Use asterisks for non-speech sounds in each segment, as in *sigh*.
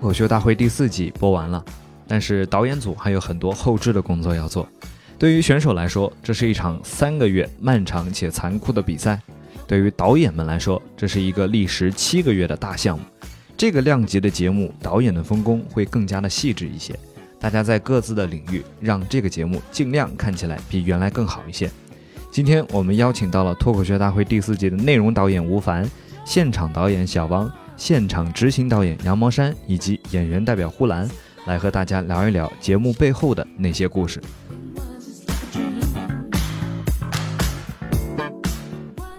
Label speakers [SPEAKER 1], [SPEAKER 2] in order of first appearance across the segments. [SPEAKER 1] 口秀大会》第四季播完了，但是导演组还有很多后置的工作要做。对于选手来说，这是一场三个月漫长且残酷的比赛；对于导演们来说，这是一个历时七个月的大项目。这个量级的节目，导演的分工会更加的细致一些。大家在各自的领域，让这个节目尽量看起来比原来更好一些。今天我们邀请到了《脱口秀大会》第四季的内容导演吴凡、现场导演小汪、现场执行导演羊毛衫以及演员代表呼兰，来和大家聊一聊节目背后的那些故事。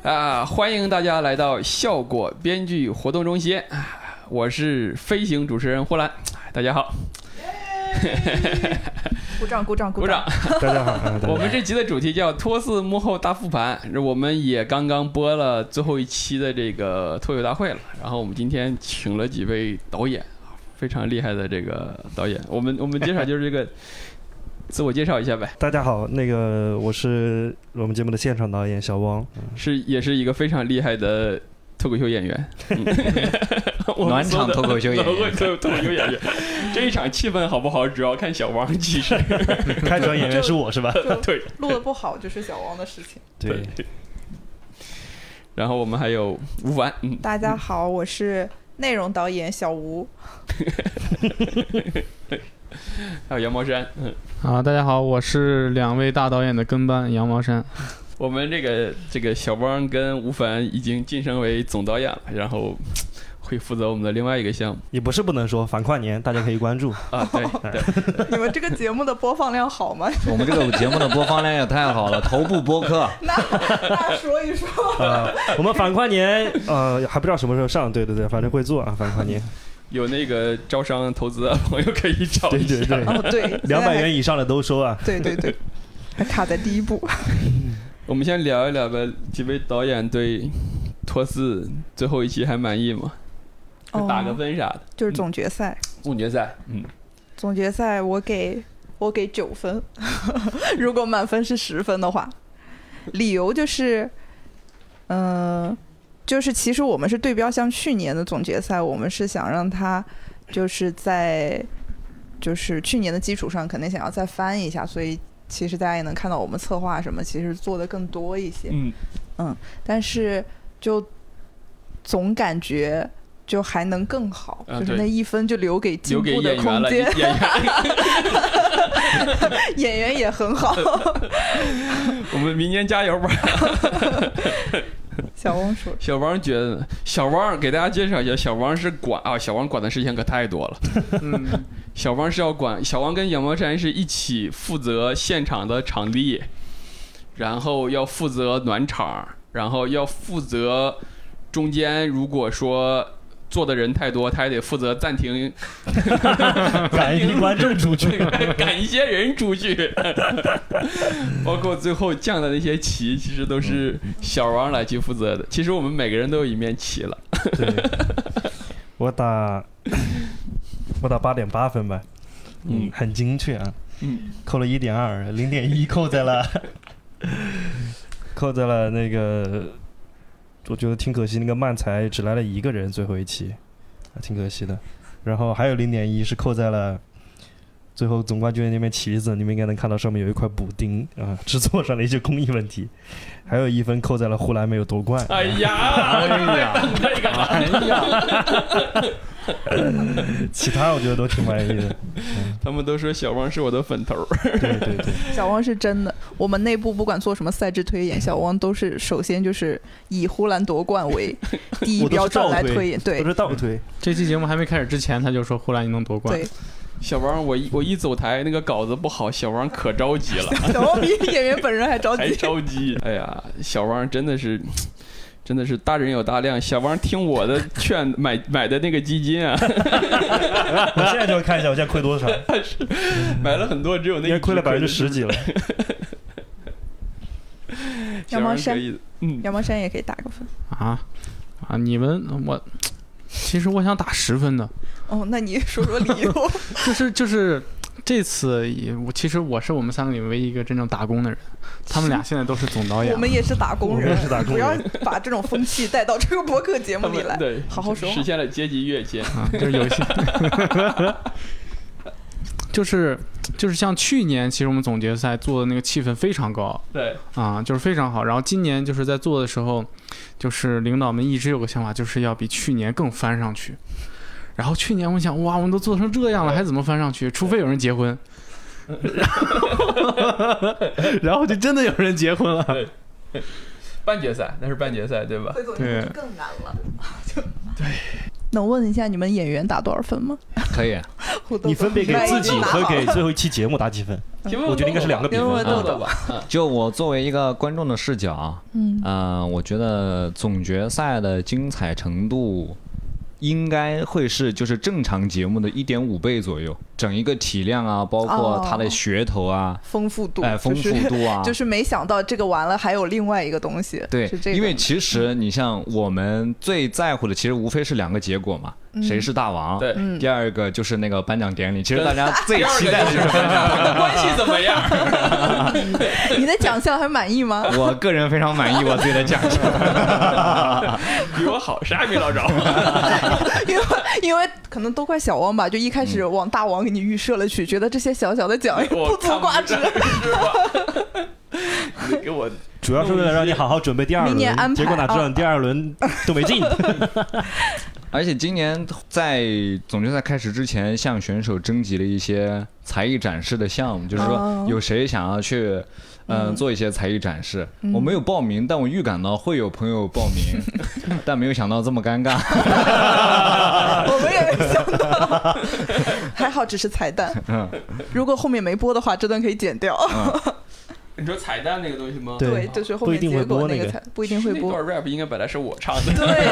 [SPEAKER 2] 啊，欢迎大家来到效果编剧活动中心，啊我是飞行主持人霍兰，大家好，
[SPEAKER 3] 鼓掌，鼓掌，
[SPEAKER 2] 鼓掌。。
[SPEAKER 4] 大家好，大家好
[SPEAKER 2] 我们这集的主题叫“托四幕后大复盘”，我们也刚刚播了最后一期的这个脱口大会了。然后我们今天请了几位导演，非常厉害的这个导演。我们我们介绍就是这个 *laughs* 自我介绍一下呗，
[SPEAKER 4] 大家好，那个我是我们节目的现场导演小汪，
[SPEAKER 2] 是也是一个非常厉害的脱口秀演员，嗯
[SPEAKER 4] *laughs*
[SPEAKER 2] 我们
[SPEAKER 1] *laughs* 暖
[SPEAKER 2] 所有
[SPEAKER 1] 场
[SPEAKER 2] 的
[SPEAKER 1] 脱口秀演员
[SPEAKER 2] *laughs* 脱脱口秀演员。这一场气氛好不好，主要看小王技师。
[SPEAKER 4] 开转演员是我是吧？
[SPEAKER 3] 就
[SPEAKER 2] *laughs* 对
[SPEAKER 3] 录的不好就是小王的事情。
[SPEAKER 4] *laughs* 对，
[SPEAKER 2] 然后我们还有吴凡，嗯，
[SPEAKER 3] 大家好，我是内容导演小
[SPEAKER 2] *laughs*
[SPEAKER 3] 吴。
[SPEAKER 2] 还有羊毛衫，嗯。
[SPEAKER 5] 啊，大家好，我是两位大 *laughs* 导演的跟班羊毛衫。
[SPEAKER 2] 我们这个这个小汪跟吴凡已经晋升为总导演了，然后会负责我们的另外一个项目
[SPEAKER 4] 也不是不能说，反跨年大家可以关 *laughs* 注。
[SPEAKER 2] 啊，对对，
[SPEAKER 3] 你们这个节目的播放量好吗？ *laughs*
[SPEAKER 1] 我们这个节目的播放量也太好了，头部播客。
[SPEAKER 3] 那那说一说，
[SPEAKER 4] 呃，我们反跨年呃还不知道什么时候上，对对对，反正会做啊，反跨年，
[SPEAKER 2] 有那个招商投资的啊朋友可以找
[SPEAKER 4] 对
[SPEAKER 2] 一
[SPEAKER 4] 对
[SPEAKER 2] 下。
[SPEAKER 4] 对，
[SPEAKER 3] 哦对，
[SPEAKER 4] 两百
[SPEAKER 3] *laughs* 现在还
[SPEAKER 4] 元以上的都收 *laughs* 啊。
[SPEAKER 3] 对对对，还卡在第一步。
[SPEAKER 2] 我们先聊一聊吧，几位导演对托四最后一期还满意吗？打个
[SPEAKER 3] 哦，
[SPEAKER 2] 分啥的，
[SPEAKER 3] 就是总决赛，
[SPEAKER 2] 总决赛，嗯，
[SPEAKER 3] 总决赛我给我给九分， *laughs* 如果满分是十分的话，理由就是，嗯、就是其实我们是对标像去年的总决赛，我们是想让它就是在就是去年的基础上，肯定想要再翻一下，所以其实大家也能看到我们策划什么其实做的更多一些，
[SPEAKER 2] 嗯，
[SPEAKER 3] 但是就总感觉。就还能更好，
[SPEAKER 2] 啊
[SPEAKER 3] 就是
[SPEAKER 2] 对
[SPEAKER 3] 那一分就留给进
[SPEAKER 2] 留给
[SPEAKER 3] 步的
[SPEAKER 2] 演
[SPEAKER 3] 空
[SPEAKER 2] 员了，
[SPEAKER 3] 间。
[SPEAKER 2] 演员，
[SPEAKER 3] *laughs* 演员也很
[SPEAKER 4] *laughs*
[SPEAKER 3] 好。
[SPEAKER 2] 我们明年加油吧。
[SPEAKER 3] 小翁说
[SPEAKER 2] 小王觉得呢，小王给大家介绍一下，小王是管啊，小王管的事情可太多了。
[SPEAKER 5] 嗯，
[SPEAKER 2] 小王是要管，小王跟羊毛衫是一起负责现场的场地，然后要负责暖场，然后要负责中间如果说坐的人太多，他还得负责暂停，
[SPEAKER 4] 感谢观众出去。
[SPEAKER 2] 赶一些人出去， *laughs* 包括最后降的那些旗，其实都是小王来去负责的。其实我们每个人都有一面旗了，
[SPEAKER 4] *laughs* 对，我打 *coughs* 我打八点八分吧，
[SPEAKER 2] 嗯
[SPEAKER 4] 很精确啊，
[SPEAKER 2] 嗯，
[SPEAKER 4] 扣了一点二，零点一扣
[SPEAKER 2] *laughs*
[SPEAKER 4] 在了，扣在了那个，我觉得挺可惜，那个漫才只来了一个人最后一期，啊挺可惜的。然后还有零点一是扣在了。最后总冠军的那面旗子，你们应该能看到上面有一块补丁啊，制作上的一些工艺问题，还有一分扣在了呼兰没有夺
[SPEAKER 2] *laughs*
[SPEAKER 4] 冠。
[SPEAKER 2] 哎呀，
[SPEAKER 5] 哎呀，
[SPEAKER 4] 其他我觉得都挺满意的。
[SPEAKER 2] *laughs* 他们都说小王是我的粉头儿，
[SPEAKER 4] 对对对，
[SPEAKER 3] 小汪是真的。我们内部不管做什么赛制推演，小汪都是首先就是以呼兰夺冠
[SPEAKER 4] *laughs*
[SPEAKER 3] 为第一
[SPEAKER 4] 我都是
[SPEAKER 3] 标准
[SPEAKER 4] 倒
[SPEAKER 3] 来
[SPEAKER 4] 推
[SPEAKER 3] 推演。对
[SPEAKER 4] 都是倒推。
[SPEAKER 5] 这期节目还没开始之前，他就说呼兰你能夺冠。
[SPEAKER 3] 对，
[SPEAKER 2] 小王，我一我一走台，那个稿子不好，小王可着急了，
[SPEAKER 3] *laughs* 小汪比演员本人还着
[SPEAKER 2] 还
[SPEAKER 3] 急。
[SPEAKER 2] 着急。哎呀，小王真的是，真的是大人有大量。小王听我的劝，买买的那个基金啊， *laughs*
[SPEAKER 4] 我现在就要看一下，我现在亏 *laughs* 多少？
[SPEAKER 2] 买了很多，只有那
[SPEAKER 4] 应该
[SPEAKER 2] 个
[SPEAKER 4] 亏了百分之十。几了。
[SPEAKER 2] 小王可以的，嗯，
[SPEAKER 3] 羊毛衫也可以打个分。
[SPEAKER 5] 啊啊，你们我，其实我想打十分的，
[SPEAKER 4] *laughs*
[SPEAKER 3] 哦，那你说说理由？
[SPEAKER 5] 就是就是。这次也我其实我是我们三个里唯一一个真正打工的人，他们俩现在都是总导演
[SPEAKER 3] 我
[SPEAKER 5] 了。
[SPEAKER 3] 们也是打工
[SPEAKER 4] 哎我
[SPEAKER 3] 人
[SPEAKER 4] 们也是打，工
[SPEAKER 3] 不要
[SPEAKER 4] 人
[SPEAKER 3] 把这种风气带到这个播客节目
[SPEAKER 2] 他
[SPEAKER 3] 里
[SPEAKER 2] 们
[SPEAKER 3] 来。
[SPEAKER 2] 对
[SPEAKER 3] 好好说话
[SPEAKER 2] 实现了阶级跃迁。
[SPEAKER 5] 啊，就是有一些， *laughs* 就是就是像去年，其实我们总决赛做的那个气氛非常高
[SPEAKER 2] 对，
[SPEAKER 5] 啊，就是非常好。然后今年就是在做的时候，就是领导们一直有个想法，就是要比去年更翻上去。然后去年我想，哇，我们都做成这样了，还怎么翻上去？除非有人结 *laughs* 婚。然后，然后就真的有人结婚了。
[SPEAKER 2] 半决赛那是半决赛对吧？
[SPEAKER 3] 汇总
[SPEAKER 5] 对
[SPEAKER 3] 更难了。 *laughs* 能问一下你们演员打多少分吗？
[SPEAKER 1] 可以，
[SPEAKER 3] 胡豆
[SPEAKER 4] 你分别给自己
[SPEAKER 3] *laughs*
[SPEAKER 4] 和给
[SPEAKER 3] 豆
[SPEAKER 4] 最后一期节目打几分？
[SPEAKER 3] 嗯
[SPEAKER 2] 行
[SPEAKER 4] 我觉得应该是两个比分
[SPEAKER 2] 行
[SPEAKER 4] 啊
[SPEAKER 2] 豆豆吧，嗯
[SPEAKER 1] 就我作为一个观众的视角啊，
[SPEAKER 3] 嗯，
[SPEAKER 1] 呃，我觉得总决赛的精彩程度应该会是就是正常节目的一点五倍左右，整一个体量啊，包括它的噱头啊，
[SPEAKER 3] 丰富度，
[SPEAKER 1] 哎，丰富
[SPEAKER 3] 就是
[SPEAKER 1] 度啊，
[SPEAKER 3] 就是没想到这个完了还有另外一个东西，
[SPEAKER 1] 对
[SPEAKER 3] 是这，个，
[SPEAKER 1] 因为其实你像我们最在乎的，其实无非是两个结果嘛，谁是大王？
[SPEAKER 2] 对。
[SPEAKER 3] 嗯
[SPEAKER 1] 第二个就是那个颁奖典礼，其 *laughs* 实
[SPEAKER 2] 对
[SPEAKER 1] 大家最
[SPEAKER 2] 第二个
[SPEAKER 1] 期待的
[SPEAKER 2] 就是
[SPEAKER 1] 是，
[SPEAKER 2] 他的关系怎么样？
[SPEAKER 4] *laughs*
[SPEAKER 3] 你的奖项还满意
[SPEAKER 1] *laughs*
[SPEAKER 3] 吗？
[SPEAKER 1] 我个人非常满意我自己的奖 *laughs* 项。
[SPEAKER 2] 比我好，啥也没捞着。
[SPEAKER 3] 因为因为可能都怪小王吧，就一开始往大王给你预设了去，觉得这些小小的奖也
[SPEAKER 2] 我
[SPEAKER 3] 哎不足挂齿。
[SPEAKER 2] 看不上是吧？ *laughs* 你给我
[SPEAKER 4] 主要是为了让你好好准备第二
[SPEAKER 3] 明年安
[SPEAKER 4] 轮，
[SPEAKER 3] 排哦
[SPEAKER 4] 结果哪知道你第二轮都没
[SPEAKER 3] *laughs*
[SPEAKER 4] 进。
[SPEAKER 1] 而且今年在总决赛开始之前，向选手征集了一些才艺展示的项目，就是说
[SPEAKER 3] 哦
[SPEAKER 1] 有谁想要去，嗯、
[SPEAKER 3] 嗯
[SPEAKER 1] 做一些才艺展示。我没有报名，但我预感到会有朋友报
[SPEAKER 3] *laughs*
[SPEAKER 1] 名，但没有想到这么尴尬。
[SPEAKER 3] *laughs* 我们也没想到，还好只是彩蛋。
[SPEAKER 1] 嗯
[SPEAKER 3] 如果后面没播的话，这段可以剪掉。
[SPEAKER 2] 你说彩蛋那个东西吗？
[SPEAKER 3] *laughs*
[SPEAKER 4] 对
[SPEAKER 3] 对，就是后
[SPEAKER 4] 不
[SPEAKER 3] 面
[SPEAKER 4] 一定会
[SPEAKER 3] 结果
[SPEAKER 4] 播
[SPEAKER 3] 那
[SPEAKER 4] 那
[SPEAKER 3] 个
[SPEAKER 4] 个
[SPEAKER 3] 彩不一定会
[SPEAKER 2] 那
[SPEAKER 3] 播。
[SPEAKER 2] 段 rap 应该本来是我唱的，
[SPEAKER 3] 对，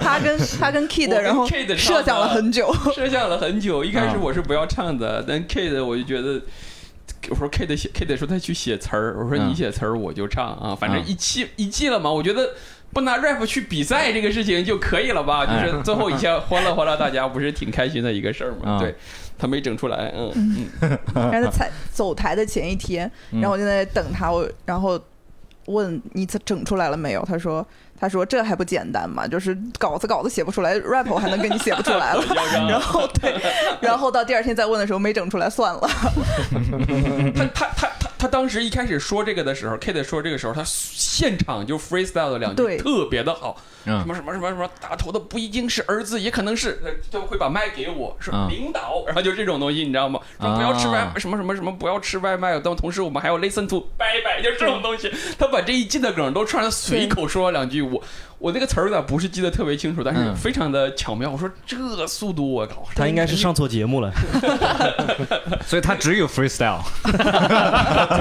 [SPEAKER 3] *laughs* 他跟他跟 Kid，
[SPEAKER 2] 我跟
[SPEAKER 3] 然后
[SPEAKER 2] Kid 唱的
[SPEAKER 3] 设想了很久。
[SPEAKER 2] *laughs* 设想了很久。一开始我是不要唱的，但 Kate 我就觉得。我说 Kate 写 Kate 说他去写词儿，我说
[SPEAKER 1] 嗯
[SPEAKER 2] 你写词儿我就唱啊，反正一季一季了嘛，我觉得不拿 rap 去比赛这个事情就可以了吧，
[SPEAKER 1] 哎
[SPEAKER 2] 就是最后一下欢乐欢乐大家不是挺开心的一个事儿嘛，
[SPEAKER 1] 啊
[SPEAKER 2] 对他没整出来，嗯嗯，
[SPEAKER 4] *laughs*
[SPEAKER 3] 然后才走台的前一天，
[SPEAKER 1] 嗯
[SPEAKER 3] 然后我就在那等他，我然后问你这整出来了没有？他说他说这还不简单嘛，就是稿子稿子写不出来，rap 我还能给你写不出来了。
[SPEAKER 4] *laughs*
[SPEAKER 2] 要让 *laughs*
[SPEAKER 3] 然后对，然后到第二天再问的时候没整出来，算了。 *laughs*
[SPEAKER 2] 他他他他他当时一开始说这个的时候，Kate 说这个时候，他现场就 freestyle 了两句，
[SPEAKER 3] 对
[SPEAKER 2] 特别的好，什
[SPEAKER 1] 嗯，
[SPEAKER 2] 么什么什么什么，打头的不一定是儿子，也可能是，呃就会把麦给我，是
[SPEAKER 1] 啊
[SPEAKER 2] 领导，然后就这种东西，你知道吗？说不要吃外、
[SPEAKER 1] 啊
[SPEAKER 2] 什么什么什么，不要吃外卖，但同时我们还要 listen to 拜拜，就这种东
[SPEAKER 1] 嗯
[SPEAKER 2] 西，他把这一季的梗都串了，随口说了两句，我我那个词儿呢不是记得特别清楚，但是
[SPEAKER 1] 嗯
[SPEAKER 2] 非常的巧妙，我说这速度，我靠，
[SPEAKER 4] 他应该是上错
[SPEAKER 3] *laughs*
[SPEAKER 4] 节目了，
[SPEAKER 1] 所以他只有 freestyle。
[SPEAKER 2] *laughs*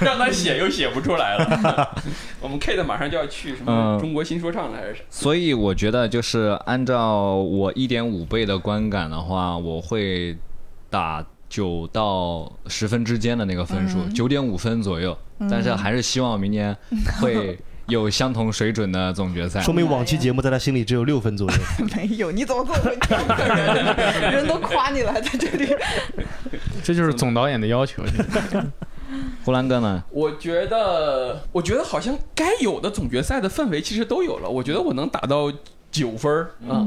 [SPEAKER 2] 让他写又写不出来
[SPEAKER 1] *laughs*
[SPEAKER 2] 了。我们 Kate 马上就要去什么
[SPEAKER 1] 嗯
[SPEAKER 2] 中国新说唱了还是啥？
[SPEAKER 1] 所以我觉得就是按照我一点五倍的观感的话，我会打九到十分之间的那个分数，九点五分左右。但是还是希望明年会有相同水准的总决赛。
[SPEAKER 4] 说明往期节目在他心里只有六分左右。
[SPEAKER 3] 没有，你怎么这么会整个人？ *laughs* 人都夸你了，还在这里。
[SPEAKER 5] 这就是总导演的要求。
[SPEAKER 1] 呼兰哥呢？
[SPEAKER 2] 我觉得，我觉得好像该有的总决赛的氛围其实都有了。我觉得我能打到九分儿
[SPEAKER 3] 嗯
[SPEAKER 2] 啊、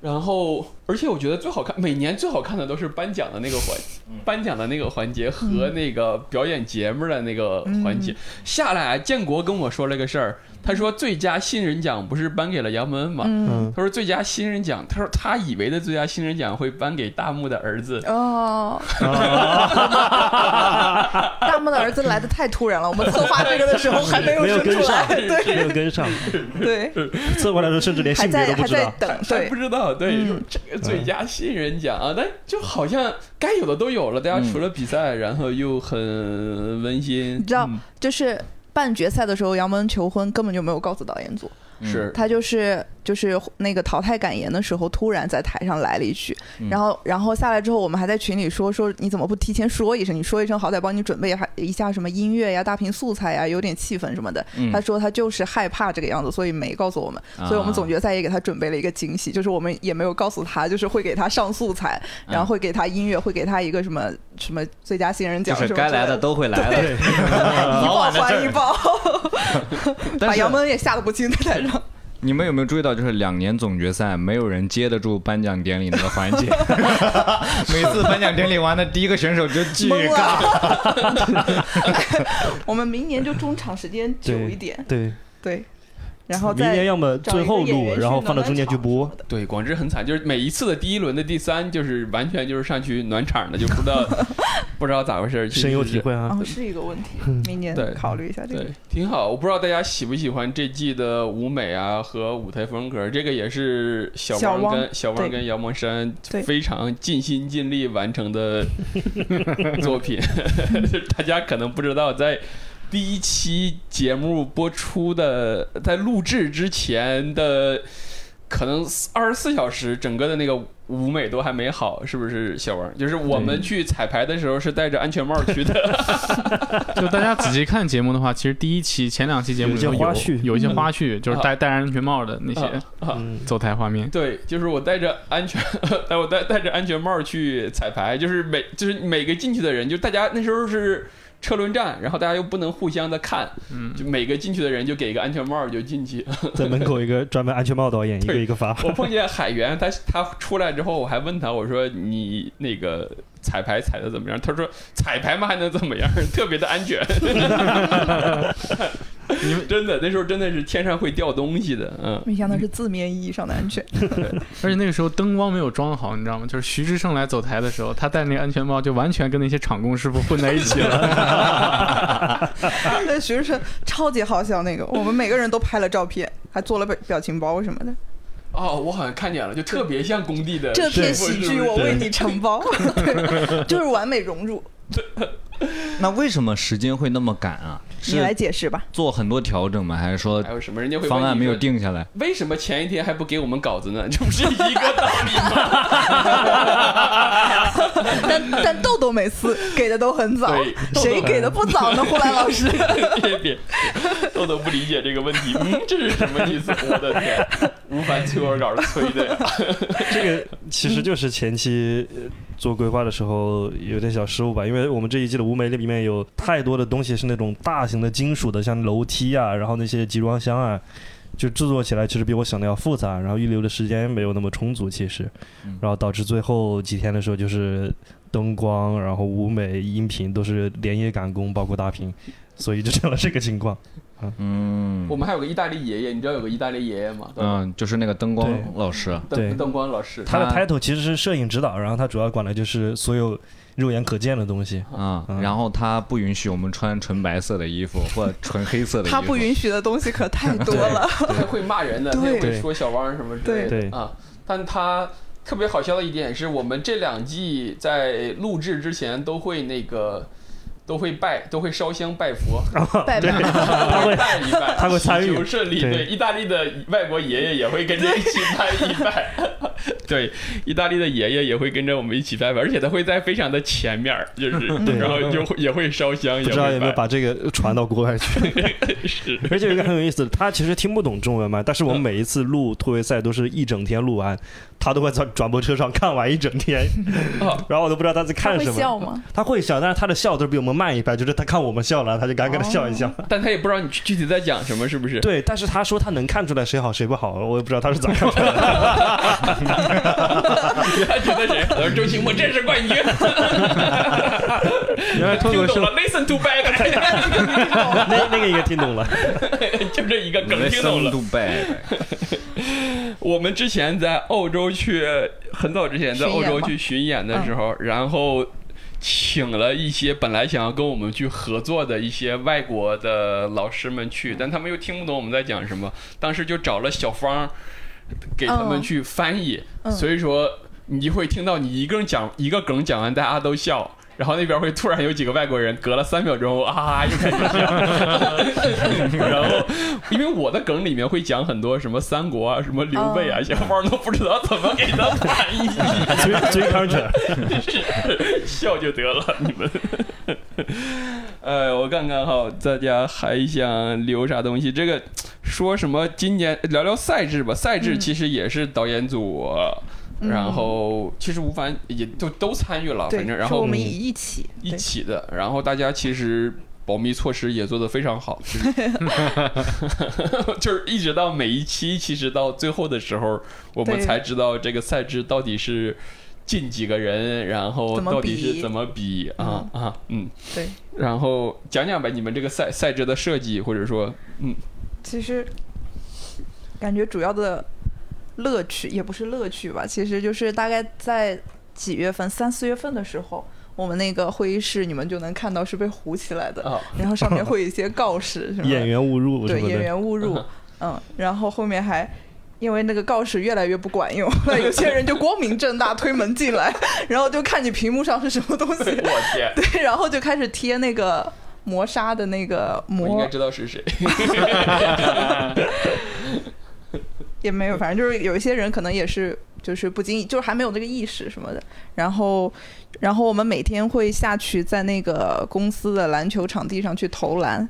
[SPEAKER 2] 然后而且我觉得最好看，每年最好看的都是颁奖的那个环，颁奖的那个环节和那个表演节目的那个环
[SPEAKER 3] 嗯
[SPEAKER 2] 节。下来，建国跟我说了个事儿，他说最佳新人奖不是颁给了杨文恩嘛？
[SPEAKER 3] 嗯，
[SPEAKER 4] *laughs* 嗯，
[SPEAKER 2] 他说最佳新人奖，他说他以为的最佳新人奖会颁给大木的儿子。
[SPEAKER 4] *laughs*
[SPEAKER 3] 哦，大木的儿子来的太突然了，我们策划这个的时候还没有
[SPEAKER 4] 没有
[SPEAKER 3] 生
[SPEAKER 4] 跟
[SPEAKER 3] 出
[SPEAKER 4] 上
[SPEAKER 3] 来，， *laughs* *laughs* 对
[SPEAKER 4] *laughs* 没有跟上，
[SPEAKER 3] 对，
[SPEAKER 4] 侧过来的时候甚至连
[SPEAKER 3] 还
[SPEAKER 4] *laughs* 性别
[SPEAKER 3] 在
[SPEAKER 4] 都不
[SPEAKER 3] 还
[SPEAKER 4] 知
[SPEAKER 3] 在
[SPEAKER 4] 道。
[SPEAKER 3] 等，
[SPEAKER 2] 还
[SPEAKER 3] 对
[SPEAKER 2] 不，知道，对，
[SPEAKER 3] 嗯
[SPEAKER 2] 说这个最佳新人奖啊，但就好像该有的都有了，大
[SPEAKER 4] 嗯
[SPEAKER 2] 家除了比赛，然后又很温馨
[SPEAKER 3] 你，知
[SPEAKER 1] 嗯
[SPEAKER 3] 道，
[SPEAKER 4] 嗯
[SPEAKER 3] 就是半决赛的时候，杨蒙求婚根本就没有告诉导演组，
[SPEAKER 2] 是
[SPEAKER 3] 他就是就是那个淘汰感言的时候，突然在台上来了一句，
[SPEAKER 1] 嗯
[SPEAKER 3] 然后然后下来之后，我们还在群里说说你怎么不提前说一声？你说一声，好歹帮你准备还一下什么音乐呀、大屏素材呀，有点气氛什么的。
[SPEAKER 1] 嗯啊
[SPEAKER 3] 他说他就是害怕这个样子，所以没告诉我们。所以我们总
[SPEAKER 1] 觉
[SPEAKER 3] 决赛也给他准备了一个惊喜，就是我们也没有告诉他，就是会给他上素材，然后会给他音乐，会给他一个什么什么最佳新人
[SPEAKER 1] 就
[SPEAKER 3] 奖什么
[SPEAKER 1] 是
[SPEAKER 3] 之类
[SPEAKER 1] 该来的
[SPEAKER 3] 的
[SPEAKER 1] 都会来的，
[SPEAKER 4] 呃
[SPEAKER 3] 一
[SPEAKER 1] 早
[SPEAKER 3] 报
[SPEAKER 1] 晚的
[SPEAKER 3] 还一
[SPEAKER 1] 事儿。
[SPEAKER 3] 报，
[SPEAKER 1] 但
[SPEAKER 3] 把
[SPEAKER 1] 是
[SPEAKER 3] 杨蒙也吓得不轻在台上。
[SPEAKER 1] 你们有没有注意到，就是两年总决赛没有人接得住颁奖典礼那个环节，
[SPEAKER 3] *laughs*
[SPEAKER 1] 每次颁奖典礼完的第一个选手就巨
[SPEAKER 3] 懵
[SPEAKER 1] 尬。
[SPEAKER 3] 了。 *laughs* 我们明年就中场时间久一点，
[SPEAKER 4] 对，
[SPEAKER 3] 对，然后
[SPEAKER 4] 明年
[SPEAKER 3] 再
[SPEAKER 4] 要么
[SPEAKER 3] 找一
[SPEAKER 4] 最
[SPEAKER 3] 个
[SPEAKER 4] 后
[SPEAKER 3] 演
[SPEAKER 4] 录，
[SPEAKER 3] 员
[SPEAKER 4] 然后
[SPEAKER 3] 去
[SPEAKER 4] 放到
[SPEAKER 3] 暖
[SPEAKER 4] 中间去
[SPEAKER 3] 场
[SPEAKER 4] 播
[SPEAKER 3] 什么。的。
[SPEAKER 2] 对，广智很惨，就是每一次的第一轮的第三，就是完全就是上去暖场的，就不知
[SPEAKER 4] *laughs*
[SPEAKER 2] 道不知道咋回事儿，
[SPEAKER 4] 深有体。会啊！
[SPEAKER 3] 哦，是一个问题，
[SPEAKER 4] 嗯
[SPEAKER 3] 明年
[SPEAKER 2] 对
[SPEAKER 3] 考虑一下这个。
[SPEAKER 2] 对，挺好。我不知道大家喜不喜欢这季的舞美啊和舞台风格，这个也是小
[SPEAKER 3] 小
[SPEAKER 2] 王
[SPEAKER 3] 汪
[SPEAKER 2] 跟小王
[SPEAKER 3] 对
[SPEAKER 2] 跟杨蒙山
[SPEAKER 3] 对
[SPEAKER 2] 非常尽心尽力完成
[SPEAKER 3] *laughs*
[SPEAKER 2] 的作品。 *laughs* 就是大家可能不知道，在第一期节目播出的，在录制之前的可能二十四小时，整个的那个舞美都还没好，是不是小王？就是我们去彩排的时候是戴着安全帽去的。
[SPEAKER 5] 就大家仔细看节目的话，其实第一期、前两期节目里头
[SPEAKER 4] 有一些花絮
[SPEAKER 5] 有一些花絮，嗯就是戴戴着安全帽的那些
[SPEAKER 2] 啊
[SPEAKER 3] 哦
[SPEAKER 2] 啊 *laughs*
[SPEAKER 4] 嗯，
[SPEAKER 5] 走台画面。
[SPEAKER 2] 对，就是我戴着安全， *laughs* 戴我戴戴着安全帽去彩排，就是每就是每个进去的人，就大家那时候是车轮战，然后大家又不能互相的看，
[SPEAKER 5] 嗯，
[SPEAKER 2] 就每个进去的人就给一个安全帽就进去。 *laughs*
[SPEAKER 4] 在门口一个专门安全帽
[SPEAKER 3] *laughs*
[SPEAKER 4] 导演，一个
[SPEAKER 2] 对
[SPEAKER 4] 一个发。
[SPEAKER 2] 我碰见海源，他他出来之后，我还问他，我说你那个彩排彩的怎么样？他说彩排嘛还能怎么样？ *laughs* 特别的安全。
[SPEAKER 5] 因为
[SPEAKER 2] 真的那时候真的是天上会掉东西的，嗯。
[SPEAKER 3] 没想到是字面意义上的安
[SPEAKER 4] *laughs*
[SPEAKER 3] 全，
[SPEAKER 5] 而且那个时候灯光没有装好，你知道吗？就是徐志胜来走台的时候，他戴那个安全帽就完全跟那些场工师傅混在一起 *laughs* 了。
[SPEAKER 3] 那学生超级好笑那个，我们每个人都拍了照片，还做了表表情包什么的。
[SPEAKER 2] 哦，我好像看见了，就特别像工地的
[SPEAKER 3] 这片
[SPEAKER 2] 师傅是
[SPEAKER 3] 喜
[SPEAKER 2] 不
[SPEAKER 3] 剧
[SPEAKER 2] 是
[SPEAKER 3] 我为你承包， *laughs* 对，就是完美融入。
[SPEAKER 1] 那为什么时间会那么赶啊？
[SPEAKER 3] 你来
[SPEAKER 1] 是
[SPEAKER 3] 解释吧。
[SPEAKER 1] 做很多调整吗？还是说
[SPEAKER 2] 还有什么？人家会问
[SPEAKER 1] 方案
[SPEAKER 2] 你
[SPEAKER 1] 没有
[SPEAKER 2] 说
[SPEAKER 1] 定下来？
[SPEAKER 2] 为什么前一天还不给我们稿子呢？这 *laughs* 不是一个道理吗？
[SPEAKER 3] *laughs* 但但豆豆每次给的都很早
[SPEAKER 2] 对，
[SPEAKER 3] 谁给的不早 *laughs* 呢？胡兰老
[SPEAKER 2] *laughs*
[SPEAKER 3] 师，
[SPEAKER 2] 别别， *laughs* 豆豆不理解这个问题，嗯， *laughs* 这是什么意思？我的天，吴凡催我稿催的呀！
[SPEAKER 4] 这个其实就是前期呃做规划的时候有点小失误吧，因为我们这一季的舞美里面有太多的东西是那种大型的金属的，像楼梯啊，然后那些集装箱啊，就制作起来其实比我想的要复杂，然后预留的时间没有那么充足，其实
[SPEAKER 1] 嗯，
[SPEAKER 4] 然后导致最后几天的时候就是灯光，然后舞美、音频都是连夜赶工，包括大屏，所以就成了这个情况。
[SPEAKER 1] 嗯
[SPEAKER 2] 我们还有个意大利爷爷，你知道有个意大利爷爷吗？
[SPEAKER 1] 嗯，就是那个灯光
[SPEAKER 4] 对
[SPEAKER 1] 老师，
[SPEAKER 4] 对
[SPEAKER 2] 邓邓光老师，
[SPEAKER 4] 他的
[SPEAKER 1] 他
[SPEAKER 4] title 其实是摄影指导，然后他主要管的就是所有肉眼可见的东西。
[SPEAKER 1] 啊、
[SPEAKER 4] 嗯
[SPEAKER 1] 然后他不允许我们穿纯白色的衣
[SPEAKER 3] *laughs*
[SPEAKER 1] 服或纯黑色的衣服。
[SPEAKER 3] 他不允许的东西可太多了。
[SPEAKER 2] 他会骂人的，他也会
[SPEAKER 4] 对
[SPEAKER 2] 说小汪什么之类
[SPEAKER 4] 对
[SPEAKER 2] 的啊。但他特别好笑的一点是我们这两季在录制之前都会那个。都会拜，都会烧香拜佛，
[SPEAKER 3] 拜
[SPEAKER 4] *laughs*
[SPEAKER 3] 拜，
[SPEAKER 2] 他会拜一拜，
[SPEAKER 4] 他会参与
[SPEAKER 2] 祈求顺利。
[SPEAKER 4] 对
[SPEAKER 2] 对，意大利的外国爷爷也会跟着一起拜一拜。 *laughs* 对，意大利的爷爷也会跟着我们一起拜拜，而且他会在非常的前面儿，就是
[SPEAKER 4] 对
[SPEAKER 2] 然后就会也会烧香，
[SPEAKER 4] 不
[SPEAKER 2] 也
[SPEAKER 4] 知道有
[SPEAKER 2] 会
[SPEAKER 4] 没有
[SPEAKER 2] 拜。
[SPEAKER 4] 把这个传到国外去。
[SPEAKER 2] 是，
[SPEAKER 4] 而且有一个很有意思的，他其实听不懂中文嘛，但是我们每一次录突围赛都是一整天录完，他都会在转播车上看完一整天，
[SPEAKER 2] 哦
[SPEAKER 4] 然后我都不知道他在
[SPEAKER 3] 他
[SPEAKER 4] 看
[SPEAKER 3] 会
[SPEAKER 4] 什么。
[SPEAKER 3] 笑 *laughs* 吗？
[SPEAKER 4] 他会笑，但是他的笑都是比我们慢一拍，就是他看我们笑了，他就赶紧的笑一笑。
[SPEAKER 2] 但他也不知道你具体在讲什么，是
[SPEAKER 4] *laughs*
[SPEAKER 2] 不是？
[SPEAKER 4] 对，但是他说他能看出来谁好谁不好，我也不知道他是咋看出来的。
[SPEAKER 2] 他觉得谁？我说周奇墨，这是冠军。
[SPEAKER 5] 原来脱口
[SPEAKER 2] 听
[SPEAKER 5] 秀
[SPEAKER 2] 懂了，listen to bye
[SPEAKER 4] *laughs*
[SPEAKER 2] bye，
[SPEAKER 3] 哦
[SPEAKER 4] 那那个应该听懂了，
[SPEAKER 2] *laughs* 就这一个梗听懂了。
[SPEAKER 1] 杜拜，
[SPEAKER 2] *laughs* 我们之前在澳洲去，很早之前在澳洲去巡演嗯的时候，然后请了一些本来想要跟我们去合作的一些外国的老师们去，但他们又听不懂我们在讲什么，当时就找了小芳给他们去翻译，
[SPEAKER 3] 嗯
[SPEAKER 2] 所以说你就会听到你一个人讲一个梗讲完，大家都笑。然后那边会 *laughs* 突然有几个外国人，隔了三秒钟啊，又开始笑。然后因为我的梗里面会讲很多什么三国啊、什么刘备
[SPEAKER 3] 哦
[SPEAKER 2] 啊，小芳都不知道怎么给他翻译，
[SPEAKER 4] 追追康者，
[SPEAKER 2] 笑就得了，你们。 *laughs* 呃，我看看哈，大家还想留啥东西？这个说什么？今年聊聊赛制吧，赛制其实也是导演组。
[SPEAKER 3] 嗯
[SPEAKER 2] 然后其实吴凡也都都参与了，
[SPEAKER 3] 对，
[SPEAKER 2] 反正然
[SPEAKER 3] 是
[SPEAKER 2] 后
[SPEAKER 3] 我们一起，
[SPEAKER 2] 一
[SPEAKER 3] 对
[SPEAKER 2] 起的，然后大家其实保密措施也做得非常好，
[SPEAKER 3] *laughs*
[SPEAKER 2] 就是就是一直到每一期，其实到最后的时候，我们
[SPEAKER 3] 对
[SPEAKER 2] 才知道这个赛制到底是进几个人，然后
[SPEAKER 3] 怎么
[SPEAKER 2] 到底是
[SPEAKER 3] 比
[SPEAKER 2] 怎么比啊啊嗯，
[SPEAKER 3] 对。
[SPEAKER 2] 然后讲讲呗，你们这个赛赛制的设计，或者说
[SPEAKER 3] 其实感觉主要的乐趣也不是乐趣吧，其实就是大概在几月份，三四月份的时候，我们那个会议室你们就能看到是被糊起来的，
[SPEAKER 2] 啊
[SPEAKER 3] 然后上面会有一些告示什么
[SPEAKER 4] 演
[SPEAKER 3] 的，
[SPEAKER 4] 员误入什
[SPEAKER 3] 对
[SPEAKER 4] 么
[SPEAKER 3] 演
[SPEAKER 4] 的，
[SPEAKER 3] 员误入，嗯，然后后面还。因为那个告示越来越不管用了， *laughs* 有些人就光明正大推门进来，然后就看你屏幕上是什么
[SPEAKER 2] *laughs*
[SPEAKER 3] 东西，
[SPEAKER 2] 我天，
[SPEAKER 3] 对，然后就开始贴那个磨砂的那个
[SPEAKER 2] 我应
[SPEAKER 3] 膜
[SPEAKER 2] 该，知道是谁，
[SPEAKER 3] 也没有，反正就是有一些人可能也是就是不经意，就是还没有这个意识什么的。然后，然后我们每天会下去在那个公司的篮球场地上去投篮。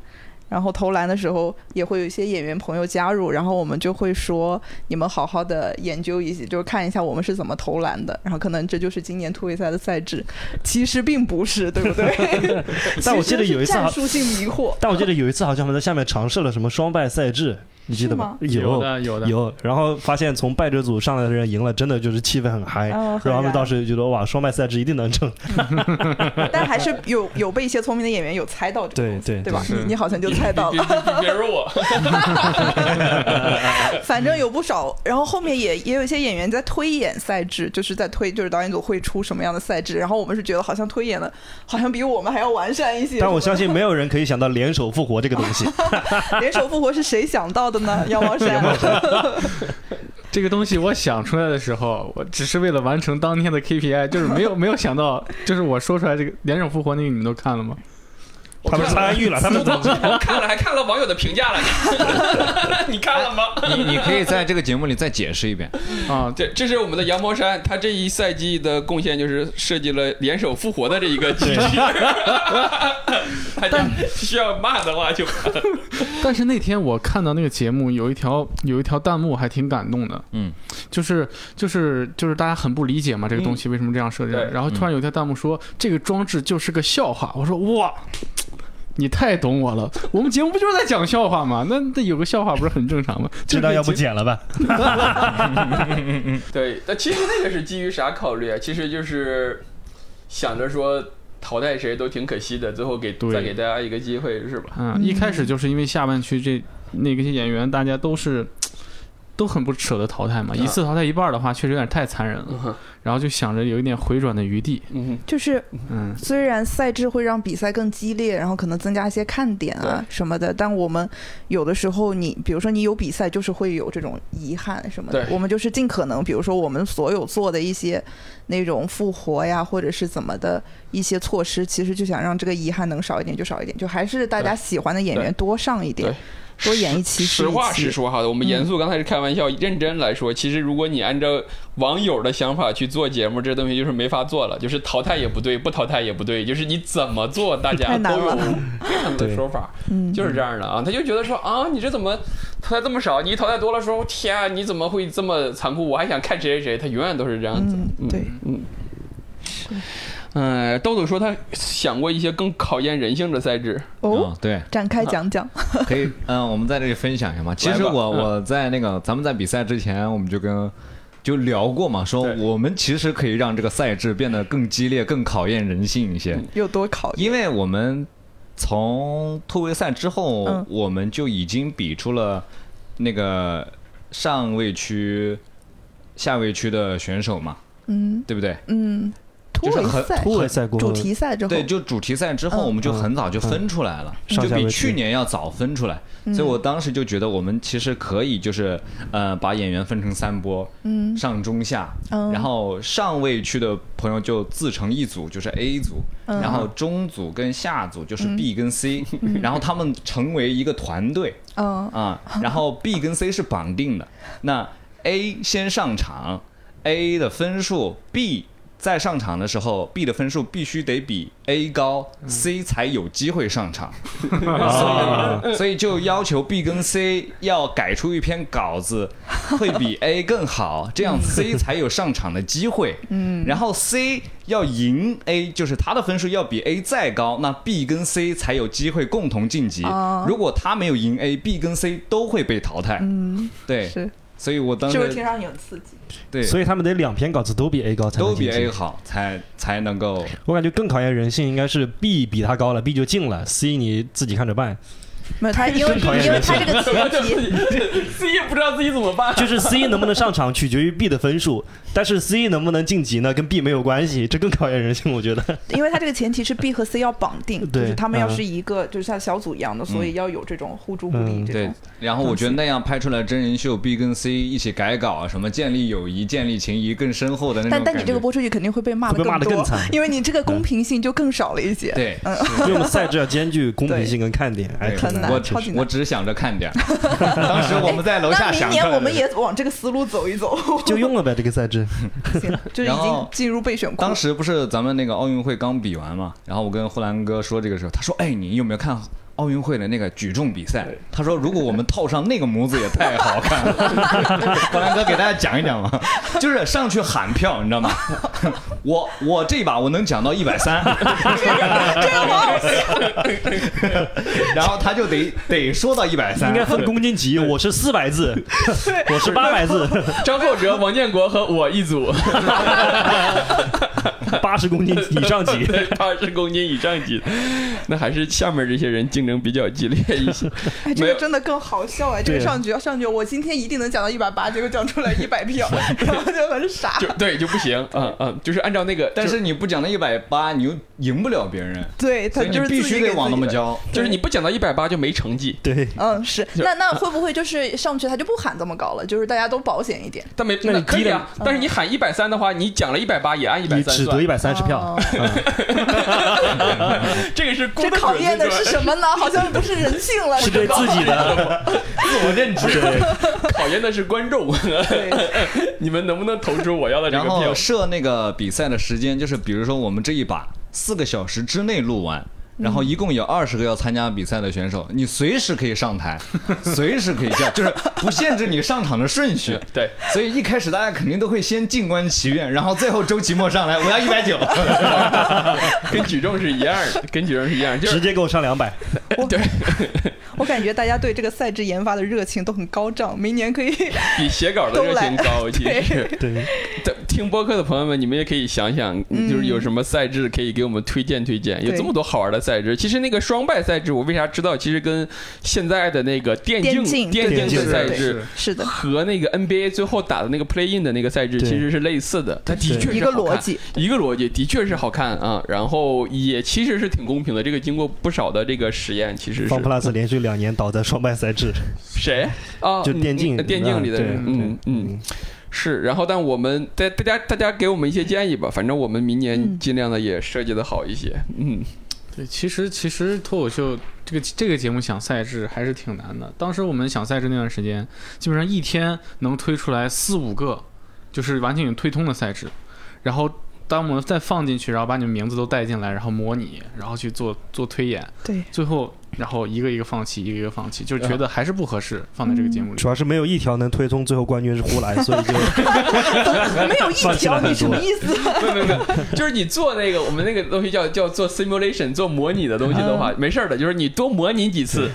[SPEAKER 3] 然后投篮的时候也会有一些演员朋友加入，然后我们就会说你们好好的研究一下，就是看一下我们是怎么投篮的。然后可能这就是今年突围赛的赛制，其实并不是，对不 *laughs* 对？
[SPEAKER 4] 但我记得有一次
[SPEAKER 3] 其实是
[SPEAKER 4] 好
[SPEAKER 3] 战术性迷惑，
[SPEAKER 4] 但我记得有一次好像我们在下面尝试了什么双败赛制，你记得吗？
[SPEAKER 5] 有的有的，
[SPEAKER 4] 有，然后发现从败者组上来的人赢了，真的就是气氛很嗨，
[SPEAKER 3] 哦很
[SPEAKER 4] 然后他们
[SPEAKER 3] 燃
[SPEAKER 4] 当时就觉得哇，双败赛制一定能成，
[SPEAKER 3] 但还是有有被一些聪明的演员有猜到这个
[SPEAKER 4] 对
[SPEAKER 3] 东西，
[SPEAKER 4] 对
[SPEAKER 3] 对吧？
[SPEAKER 5] 是
[SPEAKER 3] 你你好像就猜到了
[SPEAKER 2] 别，别别别惹我，
[SPEAKER 3] 反正有不少，然后后面也也有一些演员在推演赛制，就是在推，就是导演组会出什么样的赛制，然后我们是觉得好像推演的，好像比我们还要完善一些。
[SPEAKER 4] 但我相信没有人可以想到联手复活这个东
[SPEAKER 3] *laughs*
[SPEAKER 4] 西，
[SPEAKER 3] 联手复活是谁想到的
[SPEAKER 4] *laughs*
[SPEAKER 3] 呢？羊毛衫，
[SPEAKER 5] 这个东西我想出来的时候，我只是为了完成当天的 KPI，就是没有没有想到，就是我说出来这个联手复活那个你们都看了吗？
[SPEAKER 4] 他们参与了，他们怎么
[SPEAKER 2] 我看了还看了网友的评
[SPEAKER 3] *laughs*
[SPEAKER 2] 价了， *laughs* 你看了吗？
[SPEAKER 1] 你你可以在这个节目里再解释一遍，
[SPEAKER 5] 啊，
[SPEAKER 2] 这这是我们的羊毛衫，他这一赛季的贡献就是设计了联手复活的这一个机制。 *laughs* 大家需要骂的话就
[SPEAKER 5] 但是那天我看到那个节目有一条有一条弹幕还挺感动的，
[SPEAKER 1] 嗯，
[SPEAKER 5] 就是就是就是大家很不理解嘛，这个东西为什么这样设置？
[SPEAKER 2] 嗯对嗯
[SPEAKER 5] 然后突然有一条弹幕说、这个装置就是个笑话，我说哇。你太懂我了，我们节目不就是在讲笑话吗？那那有个笑话不是很正常吗？
[SPEAKER 4] *laughs* 知道要不
[SPEAKER 5] 就是
[SPEAKER 4] 剪了吧？
[SPEAKER 2] 对。但其实那个是基于啥考虑啊？其实就是想着说淘汰谁都挺可惜的，最后给
[SPEAKER 5] 对
[SPEAKER 2] 再给大家一个机会是吧？
[SPEAKER 5] 嗯，一开始就是因为下半区这那个些演员，大家都是都很不舍得淘汰嘛，
[SPEAKER 2] 啊嗯
[SPEAKER 5] 一次淘汰一半儿的话，确实有点太残忍了。
[SPEAKER 2] 哼
[SPEAKER 5] 然后就想着有一点回转的余地，
[SPEAKER 2] 嗯，
[SPEAKER 3] 就是
[SPEAKER 5] 嗯，
[SPEAKER 3] 虽然赛制会让比赛更激烈，然后可能增加一些看点啊什么的，但我们有的时候你，比如说你有比赛，就是会有这种遗憾什么的。
[SPEAKER 2] 对
[SPEAKER 3] 我们就是尽可能，比如说我们所有做的一些那种复活呀，或者是怎么的一些措施，其实就想让这个遗憾能少一点就少一点，就还是大家喜欢的演员多上一点
[SPEAKER 2] 对，
[SPEAKER 3] 多演一期是一
[SPEAKER 2] 实话
[SPEAKER 3] 期嗯
[SPEAKER 2] 实说哈，我们严肃刚才是开玩笑，认真来说，其实如果你按照网友的想法去做节目，这东西就是没法做了，就是淘汰也不对，不淘汰也不对，就是你怎么做，大家
[SPEAKER 3] 太
[SPEAKER 2] 都
[SPEAKER 3] 难
[SPEAKER 2] 有
[SPEAKER 3] 了
[SPEAKER 2] 这样的说法，*laughs*
[SPEAKER 3] 嗯，
[SPEAKER 2] 就是这样的啊。他就觉得说啊，你这怎么淘汰这么少？你一淘汰多了说，天啊，你怎么会这么残酷？我还想看谁谁谁，他永远都是这样子。
[SPEAKER 3] 嗯，对，
[SPEAKER 2] 嗯，嗯，豆豆说他想过一些更考验人性的赛制，
[SPEAKER 3] 哦，
[SPEAKER 1] 嗯对，
[SPEAKER 3] 展开讲讲， *laughs*
[SPEAKER 1] 可以，嗯，我们在这里分享一下嘛。其实我
[SPEAKER 2] 嗯
[SPEAKER 1] 我在那个咱们在比赛之前，我们就跟就聊过嘛，说
[SPEAKER 2] 对
[SPEAKER 1] 我们其实可以让这个赛制变得更激烈、更考验人性一些，
[SPEAKER 3] 有多考验？
[SPEAKER 1] 因为我们从突围赛之后，
[SPEAKER 3] 嗯
[SPEAKER 1] 我们就已经比出了那个上位区、下位区的选手嘛，
[SPEAKER 3] 嗯
[SPEAKER 1] 对不对？
[SPEAKER 3] 嗯，突围
[SPEAKER 1] 就是很
[SPEAKER 3] 赛
[SPEAKER 4] 突围赛过后
[SPEAKER 3] 主题赛之后，
[SPEAKER 1] 对，就主题赛之后，
[SPEAKER 3] 嗯
[SPEAKER 1] 我们就很早就分出来了，
[SPEAKER 4] 嗯
[SPEAKER 1] 就
[SPEAKER 4] 上下
[SPEAKER 1] 比
[SPEAKER 4] 位
[SPEAKER 1] 去
[SPEAKER 4] 置
[SPEAKER 1] 年要早分出来。
[SPEAKER 3] 嗯
[SPEAKER 1] 所以我当时就觉得，我们其实可以就是呃，把演员分成三波，
[SPEAKER 3] 嗯
[SPEAKER 1] 上中下，
[SPEAKER 3] 嗯
[SPEAKER 1] 然后上位区的朋友就自成一组，就是 A 组，
[SPEAKER 3] 嗯
[SPEAKER 1] 然后中组跟下组就是 B 跟 C，、然后他们成为一个团队
[SPEAKER 3] 嗯
[SPEAKER 1] 啊、然后 B 跟 C 是绑定的，那 A 先上场，A 的分数 B。在上场的时候，B 的分数必须得比 A 高、c 才有机会上场。
[SPEAKER 4] 啊，
[SPEAKER 1] 所以就要求 B 跟 C 要改出一篇稿子，会比 A 更好，这样 C 才有上场的机会。
[SPEAKER 3] 嗯，
[SPEAKER 1] 然后 C 要赢 A，就是他的分数要比 A 再高，那 B 跟 C 才有机会共同晋级
[SPEAKER 3] 哦。
[SPEAKER 1] 如果他没有赢 A，B 跟 C 都会被淘汰。
[SPEAKER 3] 嗯
[SPEAKER 1] 对，
[SPEAKER 3] 是，
[SPEAKER 1] 所以我当
[SPEAKER 3] 就是听
[SPEAKER 1] 时
[SPEAKER 3] 上去很刺激。
[SPEAKER 1] 对
[SPEAKER 4] 所以他们得两篇稿子都比 A 高才能
[SPEAKER 1] 都比
[SPEAKER 4] 晋级
[SPEAKER 1] A 好，才才能够
[SPEAKER 4] 我感觉更考验人性应该是 B 比他高了，B 就进了，C 你自己看着办。
[SPEAKER 3] 没
[SPEAKER 1] *laughs*
[SPEAKER 3] 有他，因为
[SPEAKER 4] 真讨厌
[SPEAKER 3] 因为他这
[SPEAKER 2] *laughs* 自
[SPEAKER 3] 个前提，
[SPEAKER 2] 己也不知道自己怎么办。
[SPEAKER 4] 就是 C 能不能上场取决于 B 的分数， *laughs* 但是 C 能不能晋级呢，跟 B 没有关系，这更考验人性，我觉得。
[SPEAKER 3] *laughs* 因为他这个前提是 B 和 C 要绑定，就
[SPEAKER 4] 对
[SPEAKER 3] 是他们要
[SPEAKER 4] 嗯
[SPEAKER 3] 是一个，就是像小组一样的，所以要有这种互助互利
[SPEAKER 4] 嗯
[SPEAKER 1] 嗯
[SPEAKER 3] 这
[SPEAKER 1] 对
[SPEAKER 3] 种。，
[SPEAKER 1] 然后我觉得那样拍出来真人秀，B 跟 C 一起改稿，啊什么建立友谊、建立情谊更深厚的那种
[SPEAKER 3] 但
[SPEAKER 1] 感觉。
[SPEAKER 3] 但你这个播出去肯定会被骂的
[SPEAKER 4] 会被骂得
[SPEAKER 3] 多
[SPEAKER 4] 更惨，
[SPEAKER 3] 因为你这个公平性就更少了一些。
[SPEAKER 1] 对，
[SPEAKER 4] *laughs* 所以我们赛制要兼具公平性跟看点，哎，
[SPEAKER 1] 对
[SPEAKER 4] 挺
[SPEAKER 3] 很难
[SPEAKER 1] 我
[SPEAKER 4] 的
[SPEAKER 1] 只
[SPEAKER 3] 超级难
[SPEAKER 1] 我只想着看
[SPEAKER 3] *laughs*
[SPEAKER 1] 点儿。当时我们在楼
[SPEAKER 3] 那
[SPEAKER 1] 下
[SPEAKER 3] 明
[SPEAKER 1] 想看
[SPEAKER 3] 年
[SPEAKER 1] 的
[SPEAKER 3] 我们也往这个思路走一走，
[SPEAKER 4] 就用了呗，这个赛制。
[SPEAKER 3] 行就是已
[SPEAKER 1] 然
[SPEAKER 3] 经
[SPEAKER 1] 后
[SPEAKER 3] 进入备选库
[SPEAKER 1] 当。时不是咱们那个奥运会刚比完嘛，然后我跟呼兰哥说这个时候，他说：“哎，你有没有看奥运会的那个举重比赛？”他说：“如果我们套上那个模子也太好看了。” *laughs* 呼兰哥给大家讲一讲嘛，就是上去喊票，你知道吗？ *laughs* 我我这把我能讲到一百三，
[SPEAKER 3] *laughs*
[SPEAKER 1] 然后他就得得说到一百三
[SPEAKER 4] 应，该分公斤级，我是四百字，我是八百字，
[SPEAKER 2] 张厚哲、王建国和我一组，
[SPEAKER 4] 八十公斤以上级。 *laughs*
[SPEAKER 2] 对，八十公斤以上级，那还是下面这些人竞争比较激烈一些。
[SPEAKER 3] 哎，这
[SPEAKER 2] 没
[SPEAKER 3] 个
[SPEAKER 2] 有
[SPEAKER 3] 真的更好笑哎！这个
[SPEAKER 4] 对
[SPEAKER 3] 上去要上去，我今天一定能讲到一百八，结果讲出来一
[SPEAKER 1] *laughs*
[SPEAKER 3] 百票，然后就很傻
[SPEAKER 2] 就。对就不行，嗯嗯，就是按照那个，
[SPEAKER 1] 但
[SPEAKER 2] 就是
[SPEAKER 1] 你不讲到一百八，你又赢不了别人。
[SPEAKER 3] 对他
[SPEAKER 1] 所以
[SPEAKER 3] 就
[SPEAKER 1] 你
[SPEAKER 3] 是
[SPEAKER 1] 必
[SPEAKER 3] 自己
[SPEAKER 1] 须
[SPEAKER 3] 给
[SPEAKER 1] 得往
[SPEAKER 3] 自
[SPEAKER 1] 那
[SPEAKER 3] 己
[SPEAKER 1] 么
[SPEAKER 3] 的。
[SPEAKER 1] 教。
[SPEAKER 2] 就是你不讲到一百八就没成绩，
[SPEAKER 4] 对，
[SPEAKER 3] 嗯，是那那会不会就是上去他就不喊这么高了，就是大家都保险一点？
[SPEAKER 2] 但没
[SPEAKER 4] 那你
[SPEAKER 2] 可以
[SPEAKER 4] 低
[SPEAKER 2] 啊
[SPEAKER 4] 了。
[SPEAKER 2] 但是你喊一百三的话，你讲了一百八也按一百
[SPEAKER 4] 你
[SPEAKER 2] 三
[SPEAKER 4] 只得
[SPEAKER 2] 算
[SPEAKER 4] 一，百三十票，嗯
[SPEAKER 3] 哦
[SPEAKER 2] 这个是
[SPEAKER 3] 这
[SPEAKER 2] 公
[SPEAKER 3] 考验的
[SPEAKER 2] 准
[SPEAKER 3] 是什么呢？好像不是人性了，
[SPEAKER 4] 是对自己的自我认知。对
[SPEAKER 2] *laughs* 考验的是观众，
[SPEAKER 3] 对，
[SPEAKER 2] *laughs* 你们能不能投出我要的这
[SPEAKER 1] 然
[SPEAKER 2] 个票
[SPEAKER 1] 后？设那个比赛的时间，就是比如说我们这一把四个小时之内录完，然
[SPEAKER 3] 嗯
[SPEAKER 1] 后一共有二十个要参加比赛的选手，你随时可以上台，随时可以叫，就是不限制你上场的顺序。
[SPEAKER 2] 对，
[SPEAKER 1] 所以一开始大家肯定都会先静观其变，然后最后周奇墨上来，我要一百九。
[SPEAKER 2] 跟举重是一样的，跟举重是一样的，就
[SPEAKER 4] 直
[SPEAKER 2] 是
[SPEAKER 4] 接给我上两百，
[SPEAKER 2] 对
[SPEAKER 3] *laughs* 我感觉大家对这个赛制研发的热情都很高涨，明年可以
[SPEAKER 2] 比写稿的热情高，其实是。
[SPEAKER 4] 对，
[SPEAKER 2] 对听播客的朋友们，你们也可以想想，就是有什么赛制可以给我们推荐推荐。有
[SPEAKER 3] 嗯对
[SPEAKER 2] 这么多好玩的赛制，其实那个双败赛制，我为啥知道？其实跟现在的那个电竞
[SPEAKER 3] 电竞
[SPEAKER 2] 电
[SPEAKER 4] 对
[SPEAKER 2] 竞
[SPEAKER 4] 对
[SPEAKER 2] 的
[SPEAKER 4] 对
[SPEAKER 2] 赛
[SPEAKER 3] 对
[SPEAKER 2] 制。
[SPEAKER 3] 是的
[SPEAKER 2] 和那个 NBA 最后打的那个 Play In 的那个赛制
[SPEAKER 4] 对
[SPEAKER 2] 其实是类似的，它的确是
[SPEAKER 3] 一个
[SPEAKER 2] 好看
[SPEAKER 3] 逻辑，
[SPEAKER 2] 一个逻辑的确是好看啊，然后也其实是挺公平的。这个经过不少的这个实验，其实是
[SPEAKER 4] 方 plus 连续两年倒在双败赛制，
[SPEAKER 2] 谁啊？
[SPEAKER 4] 就
[SPEAKER 2] 嗯
[SPEAKER 4] 电竞啊
[SPEAKER 2] 嗯电竞里的
[SPEAKER 4] 对
[SPEAKER 2] 人，
[SPEAKER 4] 对
[SPEAKER 2] 嗯嗯。
[SPEAKER 4] 嗯，
[SPEAKER 2] 是，然后但我们大大家大家给我们一些建议吧，反正我们明年
[SPEAKER 3] 嗯
[SPEAKER 2] 尽量的也设计的好一些。嗯，
[SPEAKER 5] 对，其实其实脱口秀这个这个节目想赛制还是挺难的。当时我们想赛制那段时间，基本上一天能推出来四五个，就是完全已经推通的赛制，然后。当我们再放进去，然后把你们名字都带进来，然后模拟，然后去做做推演，
[SPEAKER 3] 对，
[SPEAKER 5] 最后然后一个一个放弃，一个一个放弃，就是觉得还是不合适放在这个节目里
[SPEAKER 4] 主。要是没有一条能推送最后冠军是呼兰，所
[SPEAKER 2] *laughs*
[SPEAKER 4] 以就
[SPEAKER 3] 没有一
[SPEAKER 4] 放弃
[SPEAKER 3] 条，
[SPEAKER 4] 了
[SPEAKER 3] 你
[SPEAKER 4] 很
[SPEAKER 3] 什
[SPEAKER 4] 多
[SPEAKER 3] 么意思？
[SPEAKER 2] *laughs* 没有没有没有，就是你做那个我们那个东西叫叫做 simulation 做模拟的东西的
[SPEAKER 4] 嗯
[SPEAKER 2] 话，没事儿的，就是你多模拟几次。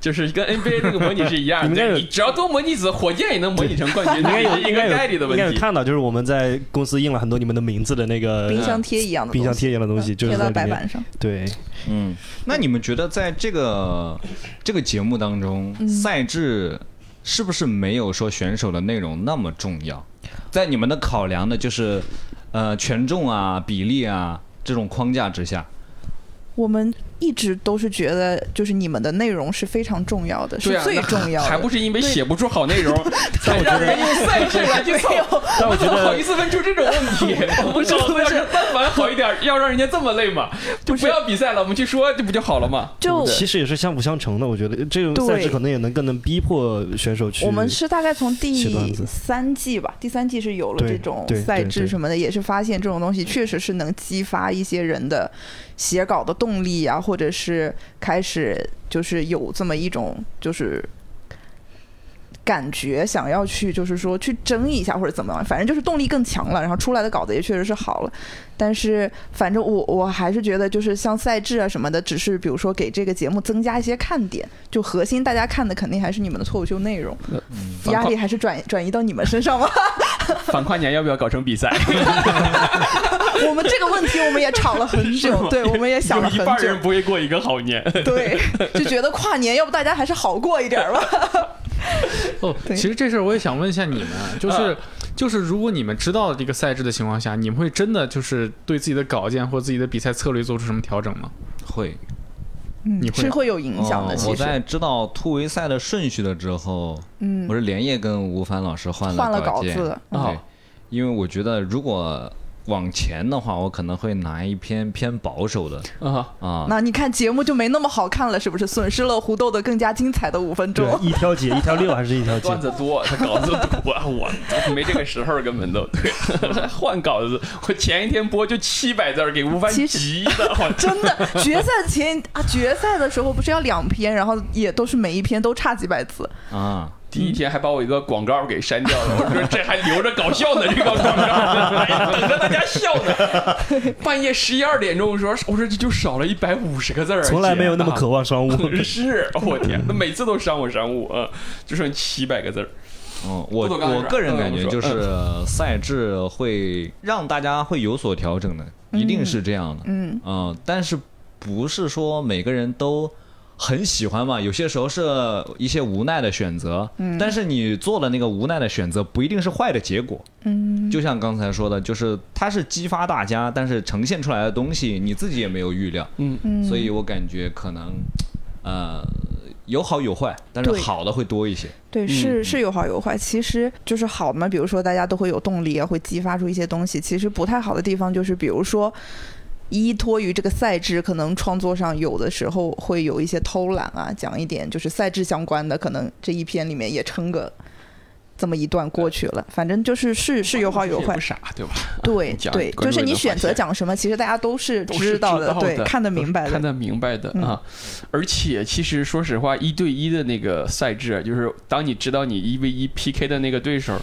[SPEAKER 2] 就是跟 NBA 那个模拟是一样
[SPEAKER 4] *laughs*
[SPEAKER 2] 的，
[SPEAKER 4] 你们应该有
[SPEAKER 2] 你只要多模拟几次，火箭也能模拟成冠军，
[SPEAKER 4] 应该有
[SPEAKER 2] 这是一
[SPEAKER 4] 应
[SPEAKER 2] 个
[SPEAKER 4] 该有
[SPEAKER 2] 概率的
[SPEAKER 4] 应该
[SPEAKER 2] 问
[SPEAKER 4] 有
[SPEAKER 2] 题。
[SPEAKER 4] 看到，就是我们在公司印了很多你们的名字的那个
[SPEAKER 3] 冰箱贴一样的东
[SPEAKER 4] 冰
[SPEAKER 3] 西，
[SPEAKER 4] 箱贴一样的东西，
[SPEAKER 3] 嗯
[SPEAKER 4] 就是
[SPEAKER 3] 贴
[SPEAKER 4] 在
[SPEAKER 3] 到
[SPEAKER 4] 里
[SPEAKER 3] 白
[SPEAKER 4] 面。
[SPEAKER 3] 板上。
[SPEAKER 4] 对，
[SPEAKER 1] 嗯，那你们觉得在这个这个节目当中，赛制是不是没有说选手的内容那么重要？在你们的考量呢，就是呃权重啊、比例啊这种框架之下，
[SPEAKER 3] 我们一直都是觉得，就是你们的内容是非常重要的，
[SPEAKER 2] 对
[SPEAKER 3] 是
[SPEAKER 2] 啊，
[SPEAKER 3] 最
[SPEAKER 2] 那
[SPEAKER 3] 重要的。
[SPEAKER 2] 还不是因为
[SPEAKER 3] 对
[SPEAKER 2] 写不出好内
[SPEAKER 4] *laughs*
[SPEAKER 2] 容，才
[SPEAKER 4] 我觉
[SPEAKER 2] 让
[SPEAKER 4] 得
[SPEAKER 2] 人用赛制来去
[SPEAKER 3] 没
[SPEAKER 2] 凑
[SPEAKER 3] 有。
[SPEAKER 4] 但我觉
[SPEAKER 2] 怎么好
[SPEAKER 4] 得
[SPEAKER 2] 意思问出这种问题？我们脑子要是但凡好一点，要让人家这么累吗？就不要比赛了，我们去说，这不就好了吗？
[SPEAKER 3] 就
[SPEAKER 4] 其实也是相辅相成的。我觉得这种赛
[SPEAKER 3] 对
[SPEAKER 4] 事可能也能更能逼迫选手去。
[SPEAKER 3] 我们是大概从
[SPEAKER 4] 写段
[SPEAKER 3] 第
[SPEAKER 4] 子
[SPEAKER 3] 三季吧，第三季是有了
[SPEAKER 4] 对
[SPEAKER 3] 这种
[SPEAKER 4] 对
[SPEAKER 3] 赛
[SPEAKER 4] 对
[SPEAKER 3] 制
[SPEAKER 4] 对
[SPEAKER 3] 什么的，也是发现这种东西确实是能激发一些人的写稿的动力啊，或者是开始就是有这么一种就是。感觉想要去，就是说去争一下或者怎么样，反正就是动力更强了，然后出来的稿子也确实是好了。但是反正我我还是觉得，就是像赛制啊什么的，只是比如说给这个节目增加一些看点，就核心大家看的肯定还是你们的脱口秀内容。
[SPEAKER 1] 嗯，
[SPEAKER 2] 反
[SPEAKER 3] 压
[SPEAKER 2] 馈
[SPEAKER 3] 力还是转转移到你们身上吗？ *laughs*
[SPEAKER 2] 反跨年要不要搞成比赛？
[SPEAKER 3] 我们这个问题我们也吵了很
[SPEAKER 2] 是吗
[SPEAKER 3] 久，对，我们也想
[SPEAKER 2] 有
[SPEAKER 3] 了
[SPEAKER 2] 一
[SPEAKER 3] 很
[SPEAKER 2] 半
[SPEAKER 3] 久
[SPEAKER 2] 人，不会过一个好年。
[SPEAKER 3] 对，就觉得跨年要不大家还是好过一点儿吧。
[SPEAKER 5] 哦，
[SPEAKER 3] 对
[SPEAKER 5] 其实这事儿我也想问一下你们，啊就是就是如果你们知道这个赛制的情况下，你们会真的就是对自己的稿件或自己的比赛策略做出什么调整吗？
[SPEAKER 1] 会
[SPEAKER 3] 嗯
[SPEAKER 5] 你会
[SPEAKER 3] 是会有影响的，
[SPEAKER 1] 哦
[SPEAKER 3] 其
[SPEAKER 1] 我
[SPEAKER 3] 实，
[SPEAKER 1] 在知道突围赛的顺序了之后，
[SPEAKER 3] 嗯
[SPEAKER 1] 我，是连夜跟吴凡老师换
[SPEAKER 3] 换了稿
[SPEAKER 1] 件
[SPEAKER 3] 子，
[SPEAKER 1] 对
[SPEAKER 2] 哦
[SPEAKER 1] 因为我觉得如果往前的话，我可能会拿一篇偏保守的
[SPEAKER 2] 啊，
[SPEAKER 1] 啊。
[SPEAKER 3] 嗯那你看节目就没那么好看了，是不是？损失了胡豆的更加精彩的五分
[SPEAKER 4] 对
[SPEAKER 3] 钟。
[SPEAKER 4] 一挑几，一挑六还是一挑几？
[SPEAKER 2] *laughs* 段子多，他稿子多，啊我没这个时候，根本都对 *laughs* 换稿子。我前一天播就七百字儿，给吴凡
[SPEAKER 3] 其实
[SPEAKER 2] 急的，我
[SPEAKER 3] *laughs* 真的，决赛前啊，决赛的时候不是要两篇，然后也都是每一篇都差几百字，
[SPEAKER 1] 啊，
[SPEAKER 2] 第一天还把我一个广告给删掉了，我说这还留着搞笑呢，这个广告， *laughs* 哎呀等着大家笑呢。半夜十一二点钟，我说我说这就少了一百五十个字儿啊，
[SPEAKER 4] 从来没有那么
[SPEAKER 2] 可
[SPEAKER 4] 渴
[SPEAKER 2] *laughs*
[SPEAKER 4] 望商务。 *laughs*
[SPEAKER 2] 是，我天，那每次都伤我商务啊，就剩七百个字儿。
[SPEAKER 1] 嗯，我
[SPEAKER 2] 不走钢
[SPEAKER 1] 我
[SPEAKER 2] 是吧
[SPEAKER 1] 个人
[SPEAKER 2] 嗯
[SPEAKER 1] 感
[SPEAKER 2] 我
[SPEAKER 1] 觉
[SPEAKER 2] 说
[SPEAKER 1] 就是赛制会让大家会有所调整的，一定是这样的。
[SPEAKER 3] 嗯，
[SPEAKER 1] 嗯，但是不是说每个人都很喜欢嘛？有些时候是一些无奈的选择，但是你做了那个无奈的选择，不一定是坏的结果。嗯，就像刚才说的，就是它是激发大家，但是呈现出来的东西你自己也没有预料，
[SPEAKER 2] 嗯
[SPEAKER 1] 所以我感觉可能，呃，有好有坏，但是
[SPEAKER 3] 对
[SPEAKER 1] 好的会多一些。
[SPEAKER 3] 对，是是有好有坏。其实就是好嘛，比如说大家都会有动力啊，会激发出一些东西。其实不太好的地方就是，比如说依托于这个赛制，可能创作上有的时候会有一些偷懒啊，讲一点就是赛制相关的，可能这一篇里面也撑个这么一段过去了。反正就是是是有好有
[SPEAKER 2] 也
[SPEAKER 3] 哎坏
[SPEAKER 2] 不，傻对吧？
[SPEAKER 3] 对
[SPEAKER 2] 讲
[SPEAKER 3] 对，
[SPEAKER 2] 观众
[SPEAKER 3] 就是
[SPEAKER 2] 也
[SPEAKER 3] 你
[SPEAKER 2] 能
[SPEAKER 3] 选
[SPEAKER 2] 发
[SPEAKER 3] 择
[SPEAKER 2] 现
[SPEAKER 3] 讲什么，其实大家都是
[SPEAKER 2] 都是
[SPEAKER 3] 道
[SPEAKER 2] 的，
[SPEAKER 3] 对，看得
[SPEAKER 2] 都是
[SPEAKER 3] 明白
[SPEAKER 2] 看
[SPEAKER 3] 的，
[SPEAKER 2] 得明白的
[SPEAKER 3] 嗯
[SPEAKER 2] 啊。而且，其实说实话，一对一的那个赛制，啊就是当你知道你一 v 一 PK 的那个对手，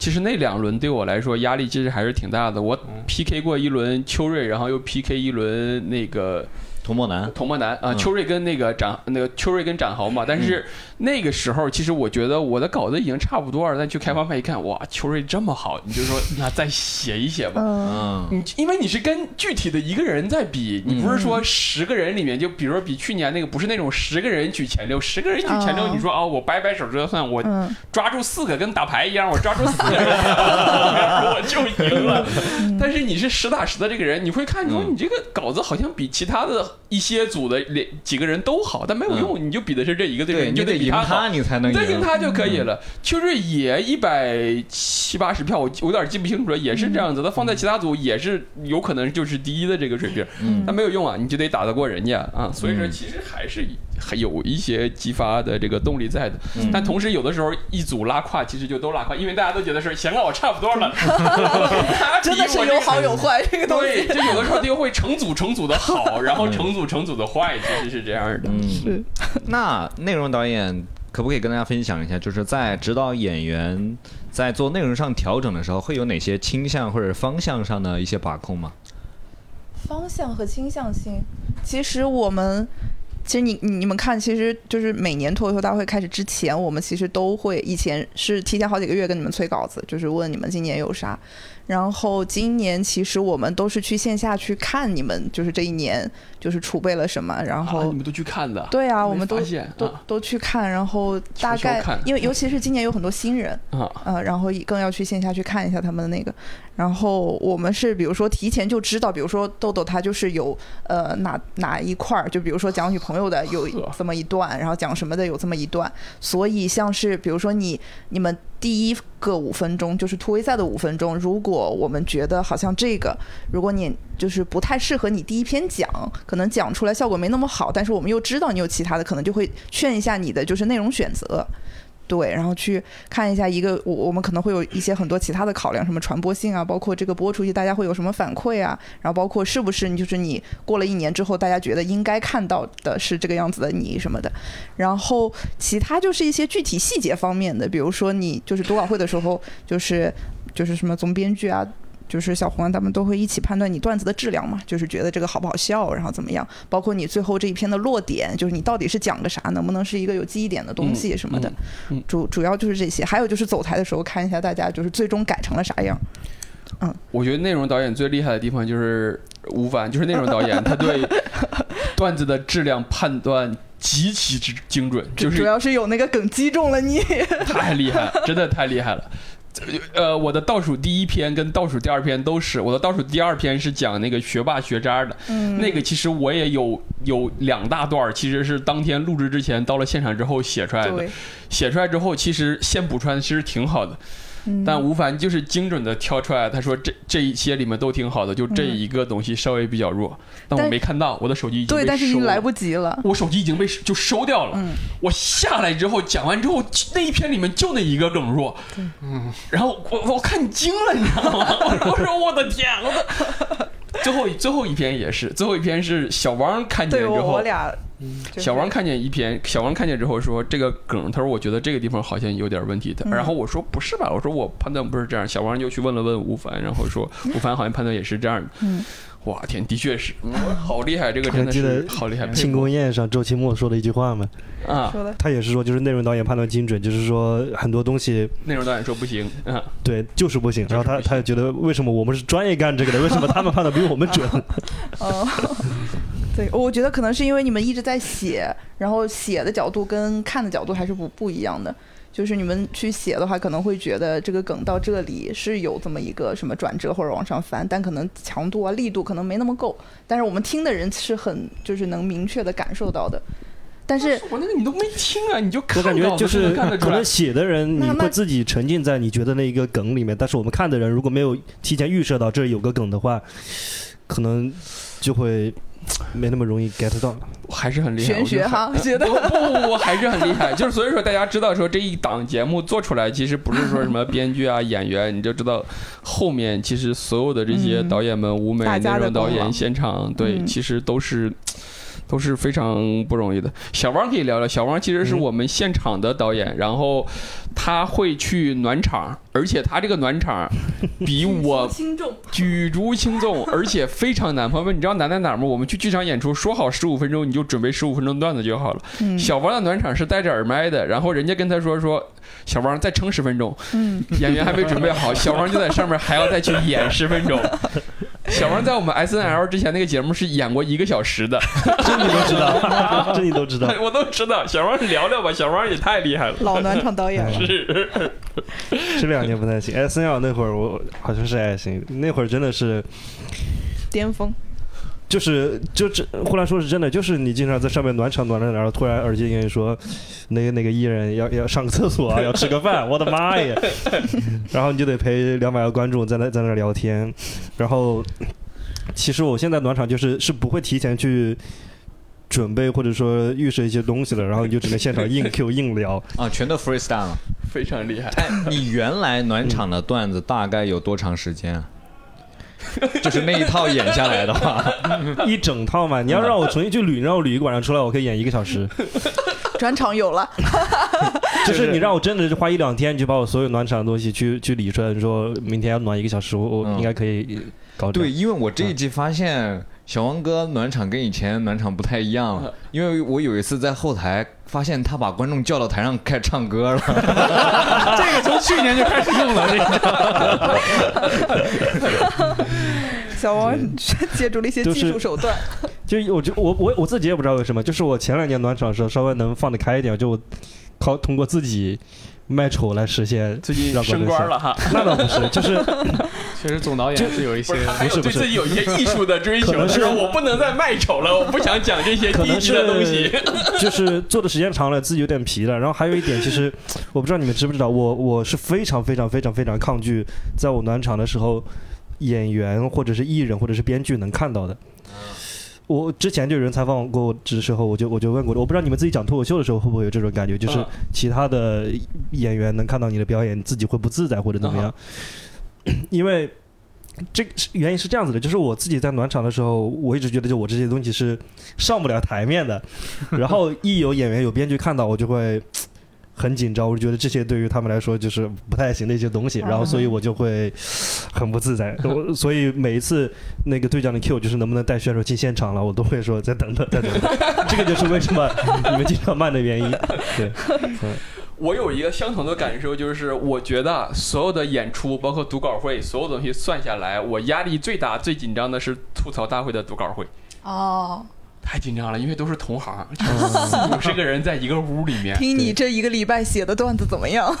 [SPEAKER 2] 其实那两轮对我来说压力其实还是挺大的。我
[SPEAKER 3] 嗯
[SPEAKER 2] PK 过一轮秋瑞，然后又 PK 一轮那个
[SPEAKER 1] 涂墨男，
[SPEAKER 2] 童漠男啊，
[SPEAKER 1] 嗯
[SPEAKER 2] 秋瑞跟那个展那个秋瑞跟展豪
[SPEAKER 3] 嗯
[SPEAKER 2] 嘛，但是那个时候其实我觉得我的稿子已经差不多了，但去开放麦一看，哇，秋瑞这么好，你就说那再写一写吧。
[SPEAKER 3] 嗯。
[SPEAKER 1] 嗯，
[SPEAKER 2] 你因为你是跟具体的一个人在比，你不是
[SPEAKER 1] 嗯
[SPEAKER 2] 说十个人里面就比如说比去年那个不是那种十个人举前六，十个人举前六，
[SPEAKER 3] 哦
[SPEAKER 2] 你说啊我摆摆手指头算我
[SPEAKER 3] 嗯
[SPEAKER 2] 抓住四个跟打牌一样，我抓住四
[SPEAKER 3] *laughs*
[SPEAKER 2] 个人我就赢了。
[SPEAKER 3] 嗯
[SPEAKER 2] 但是你是实打实的这个人，你会看你说
[SPEAKER 1] 嗯
[SPEAKER 2] 你这个稿子好像比其他的一些组的连几个人都好，但没有用，你就比的是这一个
[SPEAKER 1] 嗯
[SPEAKER 2] 队
[SPEAKER 1] 对，
[SPEAKER 2] 员，
[SPEAKER 1] 你
[SPEAKER 2] 你就
[SPEAKER 1] 得
[SPEAKER 2] 比
[SPEAKER 1] 赢
[SPEAKER 2] 他好
[SPEAKER 1] 他，。你才能
[SPEAKER 2] 对，
[SPEAKER 1] 赢
[SPEAKER 2] 赢。他就可以了。秋瑞也一百七八十票，我我有点记不清楚了，也是这样子。他放在其他组也是有可能就是第一的这个水平，
[SPEAKER 1] 嗯
[SPEAKER 2] 但没有用啊，你就得打得过人家啊。所以说，
[SPEAKER 1] 嗯
[SPEAKER 2] 其实还是还有一些激发的这个动力在的。
[SPEAKER 3] 嗯
[SPEAKER 2] 但同时，有的时候一组拉胯，其实就都拉胯，因为大家都觉得是行了，我差不多了，
[SPEAKER 3] *laughs* 真的是有好有坏这个东
[SPEAKER 2] 对，
[SPEAKER 3] 西，
[SPEAKER 2] 就有的时候就会成组成组的好，然后成组成组的坏，其实是这样的。
[SPEAKER 1] 嗯， *laughs* 那内容导演可不可以跟大家分享一下，就是在指导演员在做内容上调整的时候，会有哪些倾向或者方向上的一些把控吗？
[SPEAKER 3] 方向和倾向性。其实我们，其实你你你们看，其实就是每年脱口秀大会开始之前，我们其实都会以前是提前好几个月跟你们催稿子，就是问你们今年有啥。然后今年其实我们都是去线下去看你们，就是这一年就是储备了什么， *laughs* 然
[SPEAKER 2] 啊
[SPEAKER 3] 后
[SPEAKER 2] 你们都去看的，
[SPEAKER 3] 对啊，
[SPEAKER 2] 没
[SPEAKER 3] 我们都
[SPEAKER 2] 发现
[SPEAKER 3] 都
[SPEAKER 2] 啊
[SPEAKER 3] 都去看，然后
[SPEAKER 2] 悄
[SPEAKER 3] 大
[SPEAKER 2] 悄
[SPEAKER 3] 概
[SPEAKER 2] 看
[SPEAKER 3] 因为尤其是今年有很多新人，
[SPEAKER 2] 啊，
[SPEAKER 3] 呃，然后也更要去线下去看一下他们的那个。然后我们是比如说提前就知道，比如说豆豆他就是有呃哪哪一块儿，就比如说讲女朋友的有
[SPEAKER 2] 呵
[SPEAKER 3] *laughs* 这么一段，然后讲什么的有这么一段。所以像是比如说你你们第一个五分钟就是突围赛的五分钟，如果我们觉得好像这个，如果你就是不太适合你第一篇讲，可能讲出来效果没那么好，但是我们又知道你有其他的，可能就会劝一下你的就是内容选择。对，然后去看一下一个，我我们可能会有一些很多其他的考量，什么传播性啊，包括这个播出去大家会有什么反馈啊，然后包括是不是你就是你过了一年之后，大家觉得应该看到的是这个样子的你什么的，然后其他就是一些具体细节方面的，比如说你就是读稿会的时候，就是就是什么总编剧啊。就是小红啊，他们都会一起判断你段子的质量嘛，就是觉得这个好不好笑，然后怎么样，包括你最后这一篇的落点，就是你到底是讲个啥，能不能是一个有记忆点的东西什么的。
[SPEAKER 2] 嗯
[SPEAKER 3] 主主要就是这些，还有就是走台的时候看一下大家就是最终改成了啥样。
[SPEAKER 2] 我觉得内容导演最厉害的地方就是吴凡，就是内容导演，他对段子的质量判断极其之精准，就
[SPEAKER 3] 主
[SPEAKER 2] 是
[SPEAKER 3] 要是有那个梗击中了你。
[SPEAKER 2] 太厉害，了，真的太厉害了。呃，我的倒数第一篇跟倒数第二篇都是，我的倒数第二篇是讲那个学霸学渣的，
[SPEAKER 3] 嗯
[SPEAKER 2] 那个其实我也有有两大段儿，其实是当天录制之前到了现场之后写出来的
[SPEAKER 3] 对，，
[SPEAKER 2] 写出来之后其实现补穿其实挺好的，
[SPEAKER 3] 嗯
[SPEAKER 2] 但吴凡就是精准的挑出来，他说这这一些里面都挺好的，就这一个东西稍微比较弱，但我
[SPEAKER 3] 嗯但
[SPEAKER 2] 没看到，我的手机已经
[SPEAKER 3] 对，
[SPEAKER 2] 被
[SPEAKER 3] 但是
[SPEAKER 2] 收
[SPEAKER 3] 你
[SPEAKER 2] 了
[SPEAKER 3] 来不及了。
[SPEAKER 2] 我手机已经被就收掉了。
[SPEAKER 3] 嗯
[SPEAKER 2] 我下来之后讲完之后，那一篇里面就那一个冷若，嗯，然后我我看惊了，你知道吗？ *laughs* 我说我说我的天，我的。
[SPEAKER 3] *laughs*
[SPEAKER 2] 最后最后一篇也是，最后一篇是小王看见
[SPEAKER 3] 对
[SPEAKER 2] 之
[SPEAKER 3] 我我
[SPEAKER 2] 后，
[SPEAKER 3] 俩，就是
[SPEAKER 2] 小王看见一篇，小王看见之后说这个梗，他说我觉得这个地方好像有点问
[SPEAKER 3] 嗯
[SPEAKER 2] 题的。然后我说不是吧，我说我判断不是这样。小王就去问了问吴凡，然后
[SPEAKER 3] *laughs*
[SPEAKER 2] 说吴凡好像判断也是这样的。
[SPEAKER 3] 嗯
[SPEAKER 2] 哇天，的确是，嗯好厉害，这个真的
[SPEAKER 4] 还记
[SPEAKER 2] 是
[SPEAKER 4] 得
[SPEAKER 2] 好厉害，佩
[SPEAKER 4] 庆
[SPEAKER 2] 服
[SPEAKER 4] 功宴上周奇墨说的一句话嘛，
[SPEAKER 2] 啊！
[SPEAKER 3] 说的
[SPEAKER 4] 他也是说，就是内容导演判断精准，就是说很多东西
[SPEAKER 2] 内容导演说不行啊。
[SPEAKER 4] 对就是不行。
[SPEAKER 2] 就是
[SPEAKER 4] 然后他
[SPEAKER 2] 不行
[SPEAKER 4] 他也觉得为什么我们是专业干这个的，为什么他们判断比我们准？
[SPEAKER 3] 哦，对，我觉得可能是因为你们一直在写，然后写的角度跟看的角度还是不不一样的。就是你们去写的话，可能会觉得这个梗到这里是有这么一个什么转折或者往上翻，但可能强度啊、力度可能没那么够。但是我们听的人是很就是能明确的感受到的。但是
[SPEAKER 2] 我那个你都没听啊，你就看
[SPEAKER 4] 我感觉
[SPEAKER 2] 到
[SPEAKER 4] 就
[SPEAKER 2] 就是看得出
[SPEAKER 4] 可
[SPEAKER 2] 来
[SPEAKER 4] 能。写的人你
[SPEAKER 3] 那那
[SPEAKER 4] 会自己沉浸在你觉得那一个梗里面，但是我们看的人如果没有提前预设到这有个梗的话，可能就会没那么容易 get 到。
[SPEAKER 2] 我还是很厉害，
[SPEAKER 3] 玄学哈
[SPEAKER 2] 我觉得很 *laughs* 不不不，我还是很厉害。就是所以说，大家知道说这一档节目做出来，其实不是说什
[SPEAKER 3] *laughs*
[SPEAKER 2] 么编剧啊、演员，你就知道后面其实所有的这些
[SPEAKER 3] 嗯
[SPEAKER 2] 导演们、舞美、
[SPEAKER 3] 大
[SPEAKER 2] 内
[SPEAKER 3] 家的
[SPEAKER 2] 容导
[SPEAKER 3] 功劳
[SPEAKER 2] 演、现场，对，
[SPEAKER 3] 嗯
[SPEAKER 2] 其实都是。都是非常不容易的。小汪可以聊聊，小汪其实是
[SPEAKER 4] 嗯
[SPEAKER 2] 我们现场的导演，然后他会去暖场，而且他这个暖
[SPEAKER 3] *laughs*
[SPEAKER 2] 场比我
[SPEAKER 3] 轻重
[SPEAKER 2] 举足轻重，而且非常难。朋友们，你知道难在哪儿吗？我们去剧场演出，说好十五分钟，你就准备十五分钟段子就好了。
[SPEAKER 3] 嗯
[SPEAKER 2] 小王的暖场是戴着耳麦的，然后人家跟他说说，小王再撑十分钟，
[SPEAKER 3] 嗯，
[SPEAKER 2] 演员还没准备好，小王就在上面还要再去演十分钟。小王在我们 S N L 之前那个节目是演过一个小时的，
[SPEAKER 4] 这你都知 *laughs* 道，这你都
[SPEAKER 2] *laughs*
[SPEAKER 4] 知道。
[SPEAKER 2] 我都知道。小王聊聊吧，小王也太厉害了。
[SPEAKER 3] 老暖场导演
[SPEAKER 2] *laughs*
[SPEAKER 3] 了。
[SPEAKER 2] 是，
[SPEAKER 4] 这两年不太行，S N L 那会儿我好像是还行，那会儿真的是
[SPEAKER 3] 巅峰，
[SPEAKER 4] 就是就这，忽然说是真的，就是你经常在上面暖场暖着，然后突然耳机跟你说，那个那个艺人要要上个厕所啊，要吃个饭， *laughs* 我的妈呀！然后你就得陪两百个观众在那在那聊天，然后其实我现在暖场就是是不会提前去。准备或者说预设一些东西了，然后你就只能现场硬 Q 硬聊。
[SPEAKER 6] 啊，全都 freestyle 了。
[SPEAKER 2] 非常厉害。
[SPEAKER 6] 哎，你原来暖场的段子大概有多长时间啊？就是那一套演下来的话，
[SPEAKER 4] 一整套嘛，你要让我重新去捋，让我捋一个晚上出来，我可以演一个小时。
[SPEAKER 3] *laughs* 转场有了，
[SPEAKER 4] *laughs* 就是你让我真的是花一两天，就把我所有暖场的东西去去理出来，你说明天要暖一个小时，我我
[SPEAKER 6] 嗯
[SPEAKER 4] 应该可以搞定。
[SPEAKER 6] 对，因为我这一季发现小王哥暖场跟以前暖场不太一样了，因为我有一次在后台发现他把观众叫到台上开始唱歌了，
[SPEAKER 5] *laughs* 这个从去年就开始用了，这个
[SPEAKER 3] 小王借助了一些
[SPEAKER 4] 就
[SPEAKER 3] 技
[SPEAKER 4] 是
[SPEAKER 3] 术手段，
[SPEAKER 4] 就是我就我我我自己也不知道为什么，就是我前两年暖场的时候稍微能放得开一点，就我靠通过自己卖丑来实现。
[SPEAKER 2] 最近
[SPEAKER 4] 让观
[SPEAKER 2] 升
[SPEAKER 4] 众
[SPEAKER 2] 官
[SPEAKER 4] 笑
[SPEAKER 2] 了哈，
[SPEAKER 4] *laughs* 那倒不是，就是
[SPEAKER 5] 确实总导演是有一些
[SPEAKER 2] 不是，还有
[SPEAKER 4] 不是
[SPEAKER 2] 对自己有一些艺术的追求
[SPEAKER 4] 可，能
[SPEAKER 2] 但
[SPEAKER 4] 是
[SPEAKER 2] 是我不能再卖丑了，我不想讲这些
[SPEAKER 4] 可
[SPEAKER 2] 低
[SPEAKER 4] 能
[SPEAKER 2] 级
[SPEAKER 4] 是
[SPEAKER 2] 的东西。
[SPEAKER 4] *laughs* 就是做的时间长了，自己有点疲了。然后还有一点，其实我不知道你们知不知道，我我是非常非常非常非常抗拒，在我暖场的时候，演员或者是艺人或者是编剧能看到的。我之前就有人采访过我的时候，我就我就问过，我不知道你们自己讲脱口秀的时候会不会有这种感觉，就是
[SPEAKER 2] 嗯
[SPEAKER 4] 其他的演员能看到你的表演，自己会不自在或者怎么样？啊因为这个是原因是这样子的，就是我自己在暖场的时候，我一直觉得就我这些东西是上不了台面的，然后一有演员有编剧看到，我就会。很紧张，我就觉得这些对于他们来说就是不太行的一些东西，然后所以我就会很不自在。我所以每一次那个队长的 Q 就是能不能带选手进现场了，我都会说再等等，再等等。这个就是为什么你们经常慢的原因。对，
[SPEAKER 2] 我有一个相同的感受，就是我觉得所有的演出，包括读稿会，所有东西算下来，我压力最大、最紧张的是吐槽大会的读稿会，
[SPEAKER 3] 哦，
[SPEAKER 2] 太紧张了，因为都是同行，四五十个人在一个屋里面，
[SPEAKER 3] 听你
[SPEAKER 4] 对
[SPEAKER 3] 这一个礼拜写的段子怎么样？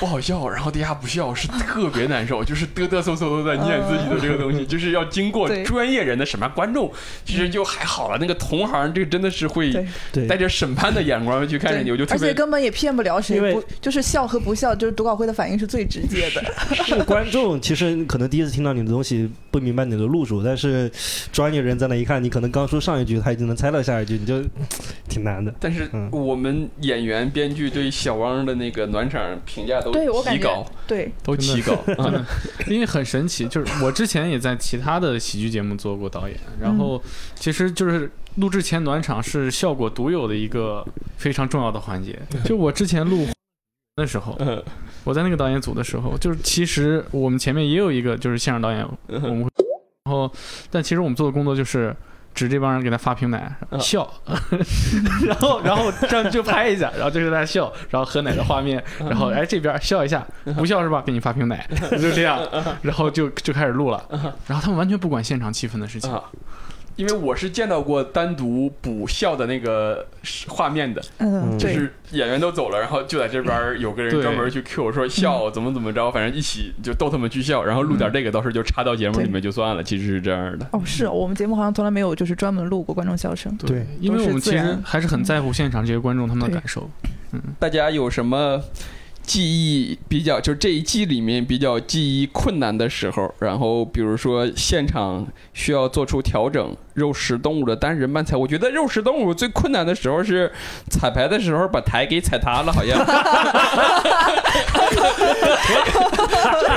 [SPEAKER 2] 不好笑，然后大家不笑，是特别难受，就是嘚嘚嗖嗖的在念自己的这个东西，就是要经过
[SPEAKER 3] 对
[SPEAKER 2] 专业人的审判，观众其实就还好了，那个同行这个真的是会
[SPEAKER 3] 对
[SPEAKER 4] 对
[SPEAKER 2] 带着审判的眼光去看着你，我就特
[SPEAKER 3] 而且
[SPEAKER 2] 别。
[SPEAKER 3] 根本也骗不了
[SPEAKER 4] 因
[SPEAKER 3] 谁，
[SPEAKER 4] 为
[SPEAKER 3] 不就是笑和不笑，就是读稿会的反应是最直接
[SPEAKER 4] *laughs*
[SPEAKER 3] 的。
[SPEAKER 4] 这个观众其实可能第一次听到你的东西，不明白你的路数，但是专业人在那一看，你可能刚说上一句，他已经能猜到下一句，你就 *laughs* 挺难的。
[SPEAKER 2] 但是
[SPEAKER 4] 嗯
[SPEAKER 2] 我们演员、编剧对小汪的那个暖场评价都
[SPEAKER 3] 对我
[SPEAKER 2] 极
[SPEAKER 3] 感
[SPEAKER 2] 高
[SPEAKER 3] 觉，对，
[SPEAKER 2] 都极高。
[SPEAKER 5] 真的， *laughs* 因为很神奇，就是我之前也在其他的喜剧节目做过导演，然后其实就是录制前暖场是效果独有的一个非常重要的环节。就我之前录的时候，
[SPEAKER 2] *laughs* 嗯
[SPEAKER 5] 我在那个导演组的时候，就是其实我们前面也有一个就是现场导演，我们会，然后但其实我们做的工作就是。指这帮人给他发瓶奶
[SPEAKER 2] 嗯
[SPEAKER 5] 笑， *laughs* 然后然后这样就拍一下，然后就是在那笑，然后喝奶的画面，然
[SPEAKER 3] 嗯
[SPEAKER 5] 后哎这边笑一下，不笑是吧？给你发瓶
[SPEAKER 3] *laughs*
[SPEAKER 5] 奶，就这样，
[SPEAKER 3] 嗯
[SPEAKER 5] 然后就就开始录了，然后他们完全不管现场气氛的事
[SPEAKER 3] 嗯
[SPEAKER 5] 情，
[SPEAKER 2] 啊，因为我是见到过单独补笑的那个画面的，
[SPEAKER 3] 嗯，
[SPEAKER 4] 嗯
[SPEAKER 2] 就
[SPEAKER 3] 对，
[SPEAKER 2] 是演员都走了，然后就在这边儿有个人
[SPEAKER 5] 对
[SPEAKER 2] 专门去 Q 说笑怎么怎么着，反正一起就逗他们去笑，然后录点
[SPEAKER 5] 嗯
[SPEAKER 2] 这个，到时候就插到节目里面就算了。其实是这样的，
[SPEAKER 3] 哦，是我们节目好像从来没有就是专门录过观众笑声。
[SPEAKER 4] 对，
[SPEAKER 5] 因为我
[SPEAKER 3] 都
[SPEAKER 5] 们
[SPEAKER 3] 是
[SPEAKER 5] 其
[SPEAKER 3] 自然
[SPEAKER 5] 实还是很在乎现场这些观众他们的
[SPEAKER 3] 对
[SPEAKER 5] 感受。
[SPEAKER 2] 大家有什么记忆比较，就是这一季里面比较记忆困难的时候，然后比如说现场需要做出调整，肉食动物的单人慢踩，我觉得肉食动物最困难的时候是彩排的时候把台给踩塌了，好像，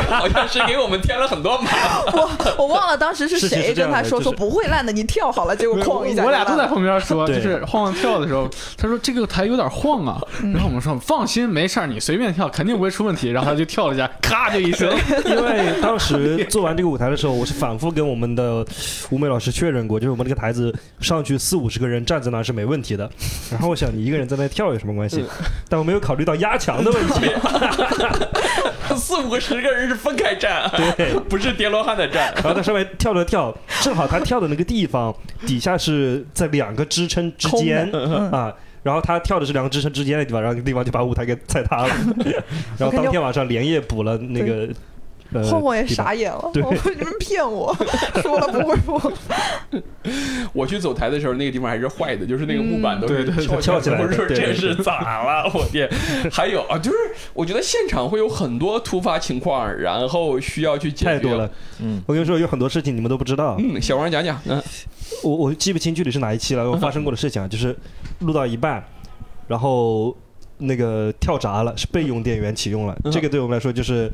[SPEAKER 2] 好像是给我们添了很多麻烦。
[SPEAKER 3] *laughs* 我我忘了当时是
[SPEAKER 4] 是是
[SPEAKER 3] 谁
[SPEAKER 4] 是这
[SPEAKER 3] 跟
[SPEAKER 4] 样
[SPEAKER 3] 他
[SPEAKER 4] 的
[SPEAKER 3] 说
[SPEAKER 4] 就
[SPEAKER 3] 说
[SPEAKER 4] 是
[SPEAKER 3] 不会烂的，你跳好了，结果哐一下就烂了。
[SPEAKER 5] 我俩都在旁边说，就
[SPEAKER 4] 对
[SPEAKER 5] 是晃晃跳的时候，他说这个台有点晃啊，
[SPEAKER 3] 嗯
[SPEAKER 5] 然后我们说放心，没事儿，你随便跳，肯定不会出问题。然后他就跳了一下，咔就一声，
[SPEAKER 3] *laughs*
[SPEAKER 4] 因为当时做完这个舞台的时候，我是反复跟我们的舞美老师确认过，就是我们这个台子上去四五十个人站在那是没问题的。然后我想你一个人在那跳有什么关系？但我没有考虑到压墙的问题。
[SPEAKER 2] 四五个十个人是分开站，
[SPEAKER 4] 对，
[SPEAKER 2] 不是叠罗汉的站。
[SPEAKER 4] 然后他上面跳了跳，正好他跳的那个地方底下是在两个支撑之间啊。然后他跳的是两个支撑之间的地方，然后那个地方就把舞台给踩塌了。然后当天晚上连夜补了那个，呃，
[SPEAKER 3] 晃晃也
[SPEAKER 4] 地板
[SPEAKER 3] 傻眼了，
[SPEAKER 4] 对
[SPEAKER 3] 我说你们骗
[SPEAKER 4] *laughs*
[SPEAKER 3] 我，说了不会不，
[SPEAKER 2] 我去走台的时候，那个地方还是坏的，就是那个木板都是
[SPEAKER 5] 嗯对对对
[SPEAKER 2] 翘来的。
[SPEAKER 4] 翘起
[SPEAKER 2] 我说
[SPEAKER 4] 来的对
[SPEAKER 2] 这
[SPEAKER 4] 对
[SPEAKER 2] 是咋了？ *laughs* 我天！还有啊，就是我觉得现场会有很多突发情况，然后需要去解决。
[SPEAKER 4] 太多了。
[SPEAKER 6] 嗯，
[SPEAKER 4] 我跟你说，有很多事情你们都不知道。
[SPEAKER 2] 嗯，小王讲讲，嗯，
[SPEAKER 4] 我我记不清具体是哪一期了，我发生过的事情啊，就是录到一半，然后那个跳闸了，是备用电源启用了。
[SPEAKER 2] 嗯
[SPEAKER 4] 这个对我们来说就是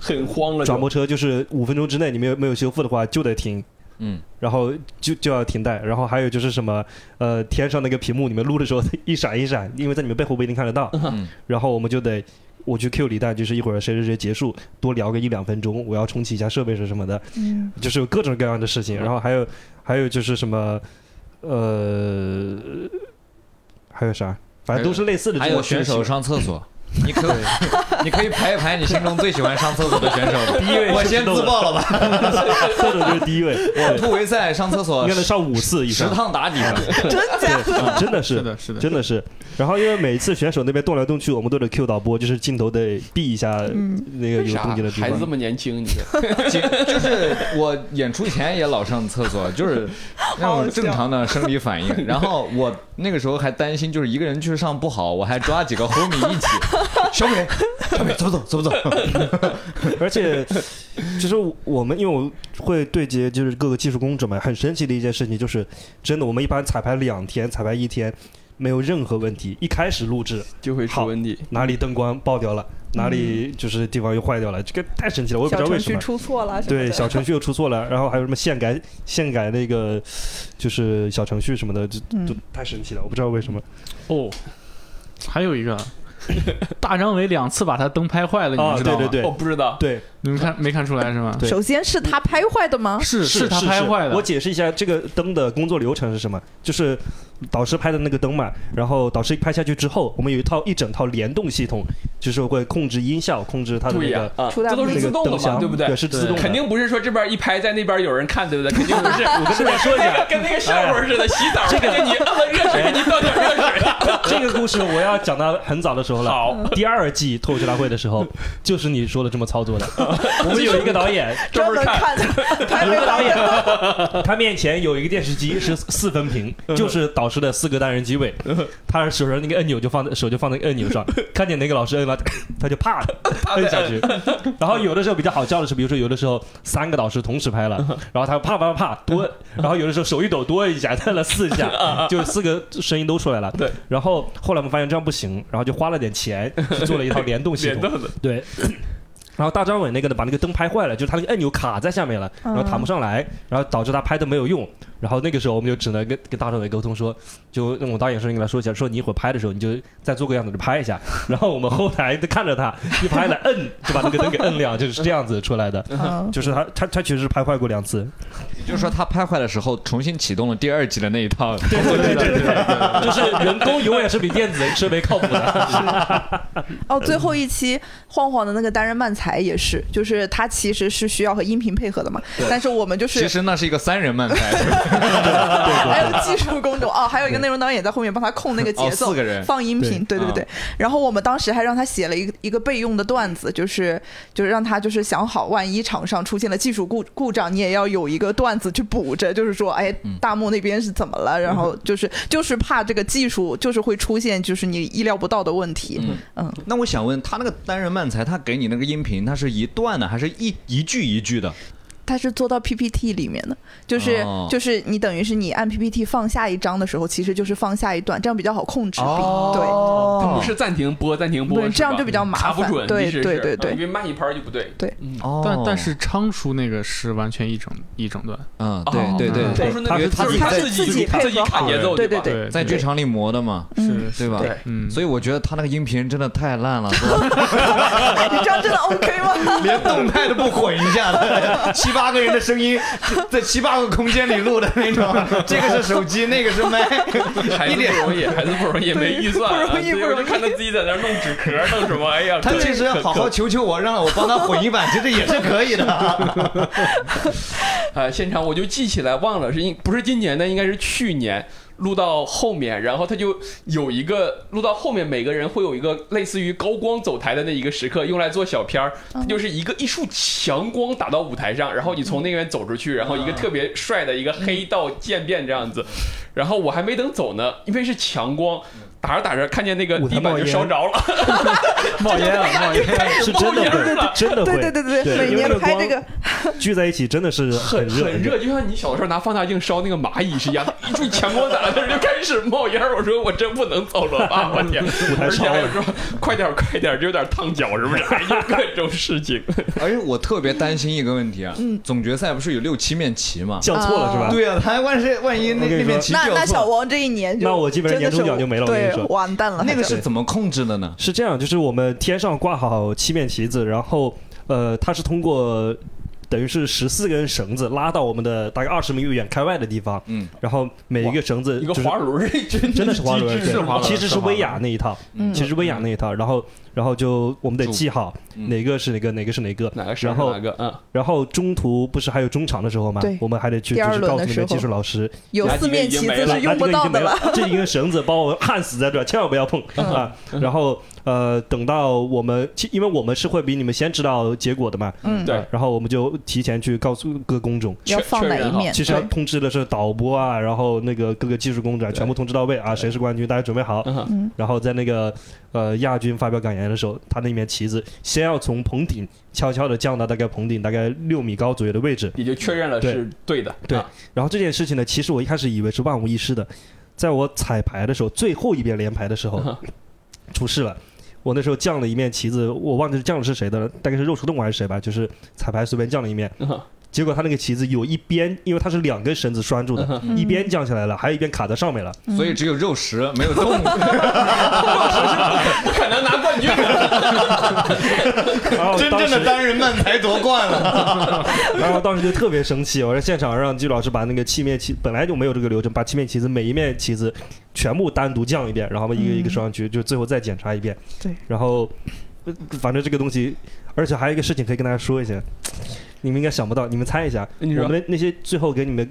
[SPEAKER 2] 很慌了就。
[SPEAKER 4] 转播车，就是五分钟之内你没有没有修复的话就得停。
[SPEAKER 6] 嗯，
[SPEAKER 4] 然后就就要停带，然后还有就是什么，呃，天上那个屏幕你们录的时候 *laughs* 一闪一闪，因为在你们背后不一定看得到，
[SPEAKER 6] 嗯
[SPEAKER 4] *laughs* 然后我们就得我去 Q 李诞，就是一会儿谁谁谁结束，多聊个一两分钟，我要重启一下设备是什么的，
[SPEAKER 3] 嗯，
[SPEAKER 4] 就是有各种各样的事情，然后还有还有就是什么，呃，还有啥？反正都是类似的这
[SPEAKER 1] 还
[SPEAKER 4] 种
[SPEAKER 1] 有
[SPEAKER 4] 事
[SPEAKER 1] 选
[SPEAKER 4] 情。
[SPEAKER 1] 手上厕所，你可 *laughs* 你可以排一排你心中最喜欢上厕所的选
[SPEAKER 5] *laughs*
[SPEAKER 1] 手。第一位，我先自爆了吧。
[SPEAKER 4] 这种就是第一
[SPEAKER 1] *laughs*
[SPEAKER 4] 位，对
[SPEAKER 1] 突围赛上厕所
[SPEAKER 4] 应该能上五次以
[SPEAKER 1] 十
[SPEAKER 4] 上，
[SPEAKER 1] 趟打底了。
[SPEAKER 3] 真假？
[SPEAKER 5] *laughs*
[SPEAKER 4] 嗯真的是
[SPEAKER 5] 是的，是的，
[SPEAKER 4] 真的是。然后因为每次选手那边动来动去，我们都得 Q 导播，就是镜头得避一下
[SPEAKER 3] 嗯
[SPEAKER 4] 那个
[SPEAKER 2] 为
[SPEAKER 4] 有
[SPEAKER 2] 啥
[SPEAKER 4] 动静的地
[SPEAKER 2] 孩子这
[SPEAKER 4] 方。
[SPEAKER 2] 么年 *laughs* 轻？你
[SPEAKER 1] *laughs*
[SPEAKER 2] 这
[SPEAKER 1] 就就是我演出前也老上厕
[SPEAKER 3] *laughs*
[SPEAKER 1] 所，就是那种正常的生理反应。然后我那个时候还担心，就是一个人去上不好，我还抓几个 homie
[SPEAKER 3] *laughs*
[SPEAKER 1] 一起。小美，小
[SPEAKER 4] *laughs*
[SPEAKER 1] 美，走不走？走
[SPEAKER 2] *laughs*
[SPEAKER 1] 不走？
[SPEAKER 4] 而且，其实我们因为我会对接就是各个技术工者嘛，很神奇的一件事情就是，真的我们一般彩排两天，彩排一天。没有任何问题，一开始录制
[SPEAKER 2] 就会出
[SPEAKER 4] 好
[SPEAKER 2] 问题。
[SPEAKER 4] 哪里灯光爆掉了，哪里就是地方又坏掉了，这个太神奇了，我也不
[SPEAKER 3] 嗯
[SPEAKER 4] 知
[SPEAKER 3] 小
[SPEAKER 4] 道为
[SPEAKER 3] 程
[SPEAKER 4] 什
[SPEAKER 3] 序
[SPEAKER 4] 么。
[SPEAKER 3] 出错了什么的？
[SPEAKER 4] 对，小程序又出错了，然后还有什么现改、现改那个就是小程序什么的，就就
[SPEAKER 3] 嗯
[SPEAKER 4] 太神奇了，我不知道为什么。
[SPEAKER 2] 嗯
[SPEAKER 5] 哦，还有一个，大张伟两次把他灯拍坏了，你
[SPEAKER 4] 啊，
[SPEAKER 5] 们知道
[SPEAKER 4] 对
[SPEAKER 5] 吗？
[SPEAKER 4] 对
[SPEAKER 5] 对，
[SPEAKER 2] 我
[SPEAKER 4] 对
[SPEAKER 2] 哦不知道，
[SPEAKER 4] 对，
[SPEAKER 5] 你们看没看出来是吗？
[SPEAKER 4] 对
[SPEAKER 3] 首先是他拍坏的吗？
[SPEAKER 5] 是
[SPEAKER 4] 是
[SPEAKER 5] 他拍坏的，
[SPEAKER 4] 我解释一下这个灯的工作流程是什么，就是导师拍的那个灯嘛，然后导师拍下去之后，我们有一套一整套联动系统，就是会控制音效，控制它的
[SPEAKER 2] 对
[SPEAKER 4] 那
[SPEAKER 2] 呀
[SPEAKER 4] 个，
[SPEAKER 2] 啊，
[SPEAKER 3] 出来
[SPEAKER 2] 这都
[SPEAKER 4] 那
[SPEAKER 2] 是
[SPEAKER 4] 个
[SPEAKER 2] 自动
[SPEAKER 4] 灯
[SPEAKER 2] 的嘛，
[SPEAKER 4] 箱，
[SPEAKER 2] 对不
[SPEAKER 4] 对，
[SPEAKER 2] 对？
[SPEAKER 4] 是自动的，
[SPEAKER 2] 肯定不是说这边一排在那边有人看，对不对？肯
[SPEAKER 4] *laughs*
[SPEAKER 2] 定不是，
[SPEAKER 4] 我跟大家说一
[SPEAKER 2] *laughs*
[SPEAKER 4] 下，
[SPEAKER 2] 跟那个
[SPEAKER 4] 哎
[SPEAKER 2] 笑话似的，洗澡，这个你摁了热水，给你倒点热水。
[SPEAKER 4] 这个故事我要讲到很早的时候了。
[SPEAKER 2] 好，
[SPEAKER 4] 第二季脱口秀大会的时候，就是你说的这么操
[SPEAKER 2] *laughs*
[SPEAKER 4] 作的。我们有一个导演，
[SPEAKER 2] 专
[SPEAKER 3] 专
[SPEAKER 2] 门
[SPEAKER 3] 门
[SPEAKER 2] 看
[SPEAKER 3] 看拍
[SPEAKER 4] 有
[SPEAKER 3] 没
[SPEAKER 4] 一个
[SPEAKER 3] 导
[SPEAKER 4] 导演
[SPEAKER 3] 演，
[SPEAKER 4] 他面前有一个电视机是四分屏，就是导师的四个单人机位，他手上那个按钮就放在手就放在那个按钮上，看见哪个老师摁了， *coughs* 他就啪 *laughs* 摁下去。 *laughs* 然后有的时候比较好笑的是，比如说有的时候三个导师同时拍了，然后他啪啪啪多摁，然后有的时候手一抖多摁一下，摁了四下，就是四个声音都出来了。
[SPEAKER 2] 对，
[SPEAKER 4] 然后后来我们发现这样不行，然后就花了点钱去做了一套联动系
[SPEAKER 2] 脸
[SPEAKER 4] 统。
[SPEAKER 2] 凳子，
[SPEAKER 4] 对。然后大张伟那个呢，把那个灯拍坏了，就是他那个按钮卡在下面了，然后弹不上来，然后导致他拍的没有用。然后那个时候我们就只能跟跟大张伟沟通说，就那种导演说你给他说起来，说你一会儿拍的时候你就再做个样子就拍一下。然后我们后台就看着他一拍了摁，就把那个灯给摁亮，就是这样子出来的。
[SPEAKER 3] 嗯
[SPEAKER 4] 就是他他他确实拍坏过两次，
[SPEAKER 1] 也就是说，他拍坏的时候重新启动了第二季的那一套。
[SPEAKER 4] 对对对对对，就是人工永远是比电子设备靠谱的。
[SPEAKER 3] 哦，最后一期晃晃的那个单人漫才也是，就是他其实是需要和音频配合的嘛，但是我们就
[SPEAKER 1] 其
[SPEAKER 3] 是啊
[SPEAKER 1] 实那是一个三人漫才，
[SPEAKER 3] *laughs* 还有技术工种哦，还有一个内容导演在后面帮他控那个节
[SPEAKER 1] 哦，
[SPEAKER 3] 奏
[SPEAKER 1] 四，个人。
[SPEAKER 3] 放音频，对对
[SPEAKER 1] 啊
[SPEAKER 3] 对。然后我们当时还让他写了一个一个备用的段子，就是就是让他就是想好，万一场上出现了技术故故障，你也要有一个段子去补着，就是说，哎，大幕那边是怎么
[SPEAKER 1] 嗯
[SPEAKER 3] 了？然后就是就是怕这个技术就是会出现就是你意料不到的问题。
[SPEAKER 1] 嗯
[SPEAKER 3] 嗯，
[SPEAKER 1] 那我想问，他那个单人漫才，他给你那个音频，他是一段呢，还是一一句一句的？
[SPEAKER 3] 它是做到 PPT 里面的，就是、
[SPEAKER 1] 哦
[SPEAKER 3] 就是你等于是你按 PPT 放下一张的时候，其实就是放下一段，这样比较好控制比。
[SPEAKER 2] 它
[SPEAKER 1] 哦
[SPEAKER 2] 不是暂停播，暂停播，
[SPEAKER 3] 对，这样就比较麻
[SPEAKER 2] 卡不
[SPEAKER 3] 烦。
[SPEAKER 2] 准，
[SPEAKER 3] 对对对
[SPEAKER 2] 啊因
[SPEAKER 3] 对，
[SPEAKER 2] 为慢一拍就不对。
[SPEAKER 1] 哦
[SPEAKER 5] 但但是昌叔那个是完全一整一整段，
[SPEAKER 1] 嗯，对对
[SPEAKER 5] 哦
[SPEAKER 1] 对，
[SPEAKER 2] 都是那
[SPEAKER 1] 他
[SPEAKER 2] 个
[SPEAKER 1] 是
[SPEAKER 2] 就
[SPEAKER 1] 自
[SPEAKER 2] 是
[SPEAKER 1] 己
[SPEAKER 2] 他
[SPEAKER 1] 在
[SPEAKER 2] 自己他自己卡节奏，*laughs*
[SPEAKER 3] 对
[SPEAKER 2] 吧？
[SPEAKER 3] 对
[SPEAKER 5] 对，
[SPEAKER 1] 在剧场里磨的嘛，
[SPEAKER 5] 是，
[SPEAKER 1] 对吧？
[SPEAKER 2] 对
[SPEAKER 1] *laughs*
[SPEAKER 5] 嗯，
[SPEAKER 1] 所以我觉得他那个音频真的太烂 *laughs* 了，是吧
[SPEAKER 3] 你哎这样真的 OK
[SPEAKER 1] *laughs*
[SPEAKER 3] 吗？
[SPEAKER 1] 连动态都不混一下 *laughs* 的，七八个人的声音在七八个空间里录的那 *laughs* 种，这个是手机，那个是麦，
[SPEAKER 2] 孩子
[SPEAKER 1] 一
[SPEAKER 2] 不
[SPEAKER 1] 点
[SPEAKER 2] 容易，孩子不容易，没预算啊，
[SPEAKER 3] 不容易
[SPEAKER 2] 所以
[SPEAKER 3] 不
[SPEAKER 2] 我
[SPEAKER 3] 容
[SPEAKER 2] 就
[SPEAKER 3] 易
[SPEAKER 2] 看他自己在那儿弄纸壳，弄什么，哎呀，
[SPEAKER 1] 他
[SPEAKER 2] 可
[SPEAKER 1] 其实好好求求我，让我帮他混一版，其实也是可以的。
[SPEAKER 2] 啊，现场我就记起来忘了，是应不是今年的，应该是去年。录到后面，然后他就有一个录到后面，每个人会有一个类似于高光走台的那一个时刻，用来做小片儿，它就是一个一束强光打到舞台上，然后你从那边走出去，然后一个特别帅的一个黑道渐变这样子，然后我还没等走呢，因为是强光，打着打着看见那个
[SPEAKER 4] 舞台
[SPEAKER 2] 地板
[SPEAKER 4] 冒
[SPEAKER 2] 就
[SPEAKER 4] 烟
[SPEAKER 2] 烧着了，
[SPEAKER 4] *laughs* 冒烟啊，冒烟是真的会，真的
[SPEAKER 3] 对
[SPEAKER 4] 会，
[SPEAKER 3] 对对对
[SPEAKER 4] 对
[SPEAKER 3] 每
[SPEAKER 4] 因为
[SPEAKER 3] 年
[SPEAKER 4] 那个
[SPEAKER 3] 拍
[SPEAKER 4] 光
[SPEAKER 3] 这个，
[SPEAKER 4] 聚在一起真的是
[SPEAKER 2] 很
[SPEAKER 4] 热
[SPEAKER 2] 很热，就像你小的时候拿放大镜烧那个蚂蚁是一样，一束强光打在那儿就开始冒烟儿。我说我真不能走了吧，我天！而且还有说快点儿快点儿，这有点烫脚是不是？哎呦，各种事情。
[SPEAKER 1] *laughs* 而且我特别担心一个问题啊，
[SPEAKER 3] 嗯
[SPEAKER 1] 总决赛不是有六七面旗吗？
[SPEAKER 4] 叫错了是
[SPEAKER 1] *laughs*
[SPEAKER 4] 吧？
[SPEAKER 1] 对啊，他万是万一那
[SPEAKER 4] 我跟
[SPEAKER 1] 那
[SPEAKER 4] 你说
[SPEAKER 1] 面旗
[SPEAKER 3] 那那
[SPEAKER 1] 掉
[SPEAKER 3] 小
[SPEAKER 1] 错，
[SPEAKER 3] 王这一年就
[SPEAKER 4] 那我基本上
[SPEAKER 3] 真的
[SPEAKER 4] 年终
[SPEAKER 3] 是
[SPEAKER 4] 奖就没了我跟你
[SPEAKER 3] 对
[SPEAKER 4] 说，
[SPEAKER 3] 完蛋了。
[SPEAKER 1] 那个
[SPEAKER 3] 他就是
[SPEAKER 1] 怎么控制的呢？
[SPEAKER 4] 是这样，就是我们天上挂好七面旗子，然后呃，它是通过等于是十四根绳子拉到我们的大概二十米远开外的地方，
[SPEAKER 6] 嗯，
[SPEAKER 4] 然后每一个绳子
[SPEAKER 2] 一个
[SPEAKER 4] 就是
[SPEAKER 2] 滑轮儿，
[SPEAKER 4] 真的是滑
[SPEAKER 2] *laughs*
[SPEAKER 4] 轮，
[SPEAKER 2] 机制
[SPEAKER 4] 对
[SPEAKER 5] 是滑轮
[SPEAKER 4] 其实
[SPEAKER 5] 是
[SPEAKER 4] 是
[SPEAKER 5] 滑
[SPEAKER 4] 威
[SPEAKER 5] 轮
[SPEAKER 4] 亚那一套，
[SPEAKER 3] 嗯
[SPEAKER 4] 其实是威亚那一套，然后然后就我们得
[SPEAKER 6] 注
[SPEAKER 4] 记好
[SPEAKER 6] 嗯
[SPEAKER 4] 哪个是哪个，哪个是哪个，
[SPEAKER 2] 哪个是
[SPEAKER 4] 然后
[SPEAKER 2] 哪个？嗯，
[SPEAKER 4] 然后中途不是还有中场的时候吗
[SPEAKER 3] 对？
[SPEAKER 4] 我们还得去
[SPEAKER 3] 第
[SPEAKER 4] 就
[SPEAKER 3] 二
[SPEAKER 4] 是
[SPEAKER 3] 轮
[SPEAKER 4] 告诉
[SPEAKER 3] 的
[SPEAKER 4] 那
[SPEAKER 3] 时
[SPEAKER 4] 个
[SPEAKER 3] 候
[SPEAKER 4] 技术老师，
[SPEAKER 3] 有
[SPEAKER 2] 那
[SPEAKER 3] 四面
[SPEAKER 2] 这个已
[SPEAKER 3] 旗
[SPEAKER 2] 经没
[SPEAKER 3] 子
[SPEAKER 2] 了
[SPEAKER 3] 是用不到的了。嗯
[SPEAKER 4] 了，这一根绳子把我焊死在这儿，千万不要碰啊！然后呃，等到我们，其因为我们是会比你们先知道结果的嘛，
[SPEAKER 3] 嗯，
[SPEAKER 2] 对
[SPEAKER 4] 啊然后我们就提前去告诉各工种。
[SPEAKER 3] 要
[SPEAKER 2] 确
[SPEAKER 3] 放
[SPEAKER 2] 确
[SPEAKER 3] 哪
[SPEAKER 2] 认
[SPEAKER 3] 一
[SPEAKER 2] 好
[SPEAKER 3] 面？
[SPEAKER 4] 其实要
[SPEAKER 3] 对
[SPEAKER 4] 通知的是导播啊，然后那个各个技术工种啊，全部通知到位啊，谁是冠军，大家准备好。
[SPEAKER 2] 嗯哼，
[SPEAKER 3] 嗯
[SPEAKER 4] 然后在那个呃亚军发表感言的时候，他那面旗子先要从棚顶悄悄的降到大概棚顶大概六米高左右的位置，
[SPEAKER 2] 也就确认了
[SPEAKER 4] 对
[SPEAKER 2] 是对的。
[SPEAKER 4] 对
[SPEAKER 2] 啊
[SPEAKER 4] 然后这件事情呢，其实我一开始以为是万无一失的，在我彩排的时候，最后一遍连排的时候
[SPEAKER 2] 嗯，
[SPEAKER 4] 出事了。我那时候降了一面旗子，我忘记是降的是谁的了，大概是肉食动物还是谁吧，就是彩排随便降了一面，
[SPEAKER 2] 嗯哼
[SPEAKER 4] 结果他那个旗子有一边，因为它是两根绳子拴住
[SPEAKER 3] 啊
[SPEAKER 4] 的，一
[SPEAKER 3] 嗯
[SPEAKER 4] 边降下来了，还有一边卡在上面了。
[SPEAKER 6] 所以只有肉食没有
[SPEAKER 1] *laughs*
[SPEAKER 6] 动物。
[SPEAKER 2] 不可能拿冠军啊的，
[SPEAKER 4] 然后当时，
[SPEAKER 6] 单人漫才夺冠了。
[SPEAKER 4] *laughs* 然后当时就特别生气，我在现场让季老师把那个七面旗，本来就没有这个流程，把七面旗子每一面旗子全部单独降一遍，然后我们一个一个拴上去，就最后再检查一遍。
[SPEAKER 3] 对，
[SPEAKER 4] 然后呃反正这个东西，而且还有一个事情可以跟大家说一下，你们应该想不到，你们猜一下，
[SPEAKER 2] 你说
[SPEAKER 4] 我们的那些最后给你们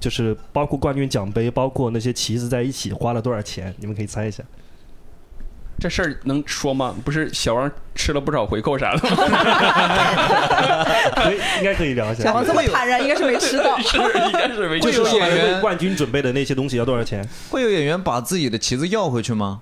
[SPEAKER 4] 就是包括冠军奖杯，包括那些旗子在一起花了多少钱，你们可以猜一
[SPEAKER 6] *laughs*
[SPEAKER 4] 下。
[SPEAKER 2] 这事儿能说吗？不是小王吃了不少回扣啥的吗？。
[SPEAKER 4] 可以，应该可以聊一
[SPEAKER 3] 小
[SPEAKER 4] 下
[SPEAKER 3] 王。这么坦然，应该是没吃到
[SPEAKER 2] 是，应该是
[SPEAKER 6] 会
[SPEAKER 2] 没
[SPEAKER 4] 就是
[SPEAKER 6] 有
[SPEAKER 4] 说
[SPEAKER 6] 演
[SPEAKER 4] 白了为
[SPEAKER 6] 员
[SPEAKER 4] 冠军准备的那些东西要多少钱？
[SPEAKER 6] 会有演员把自己的旗子要回去吗？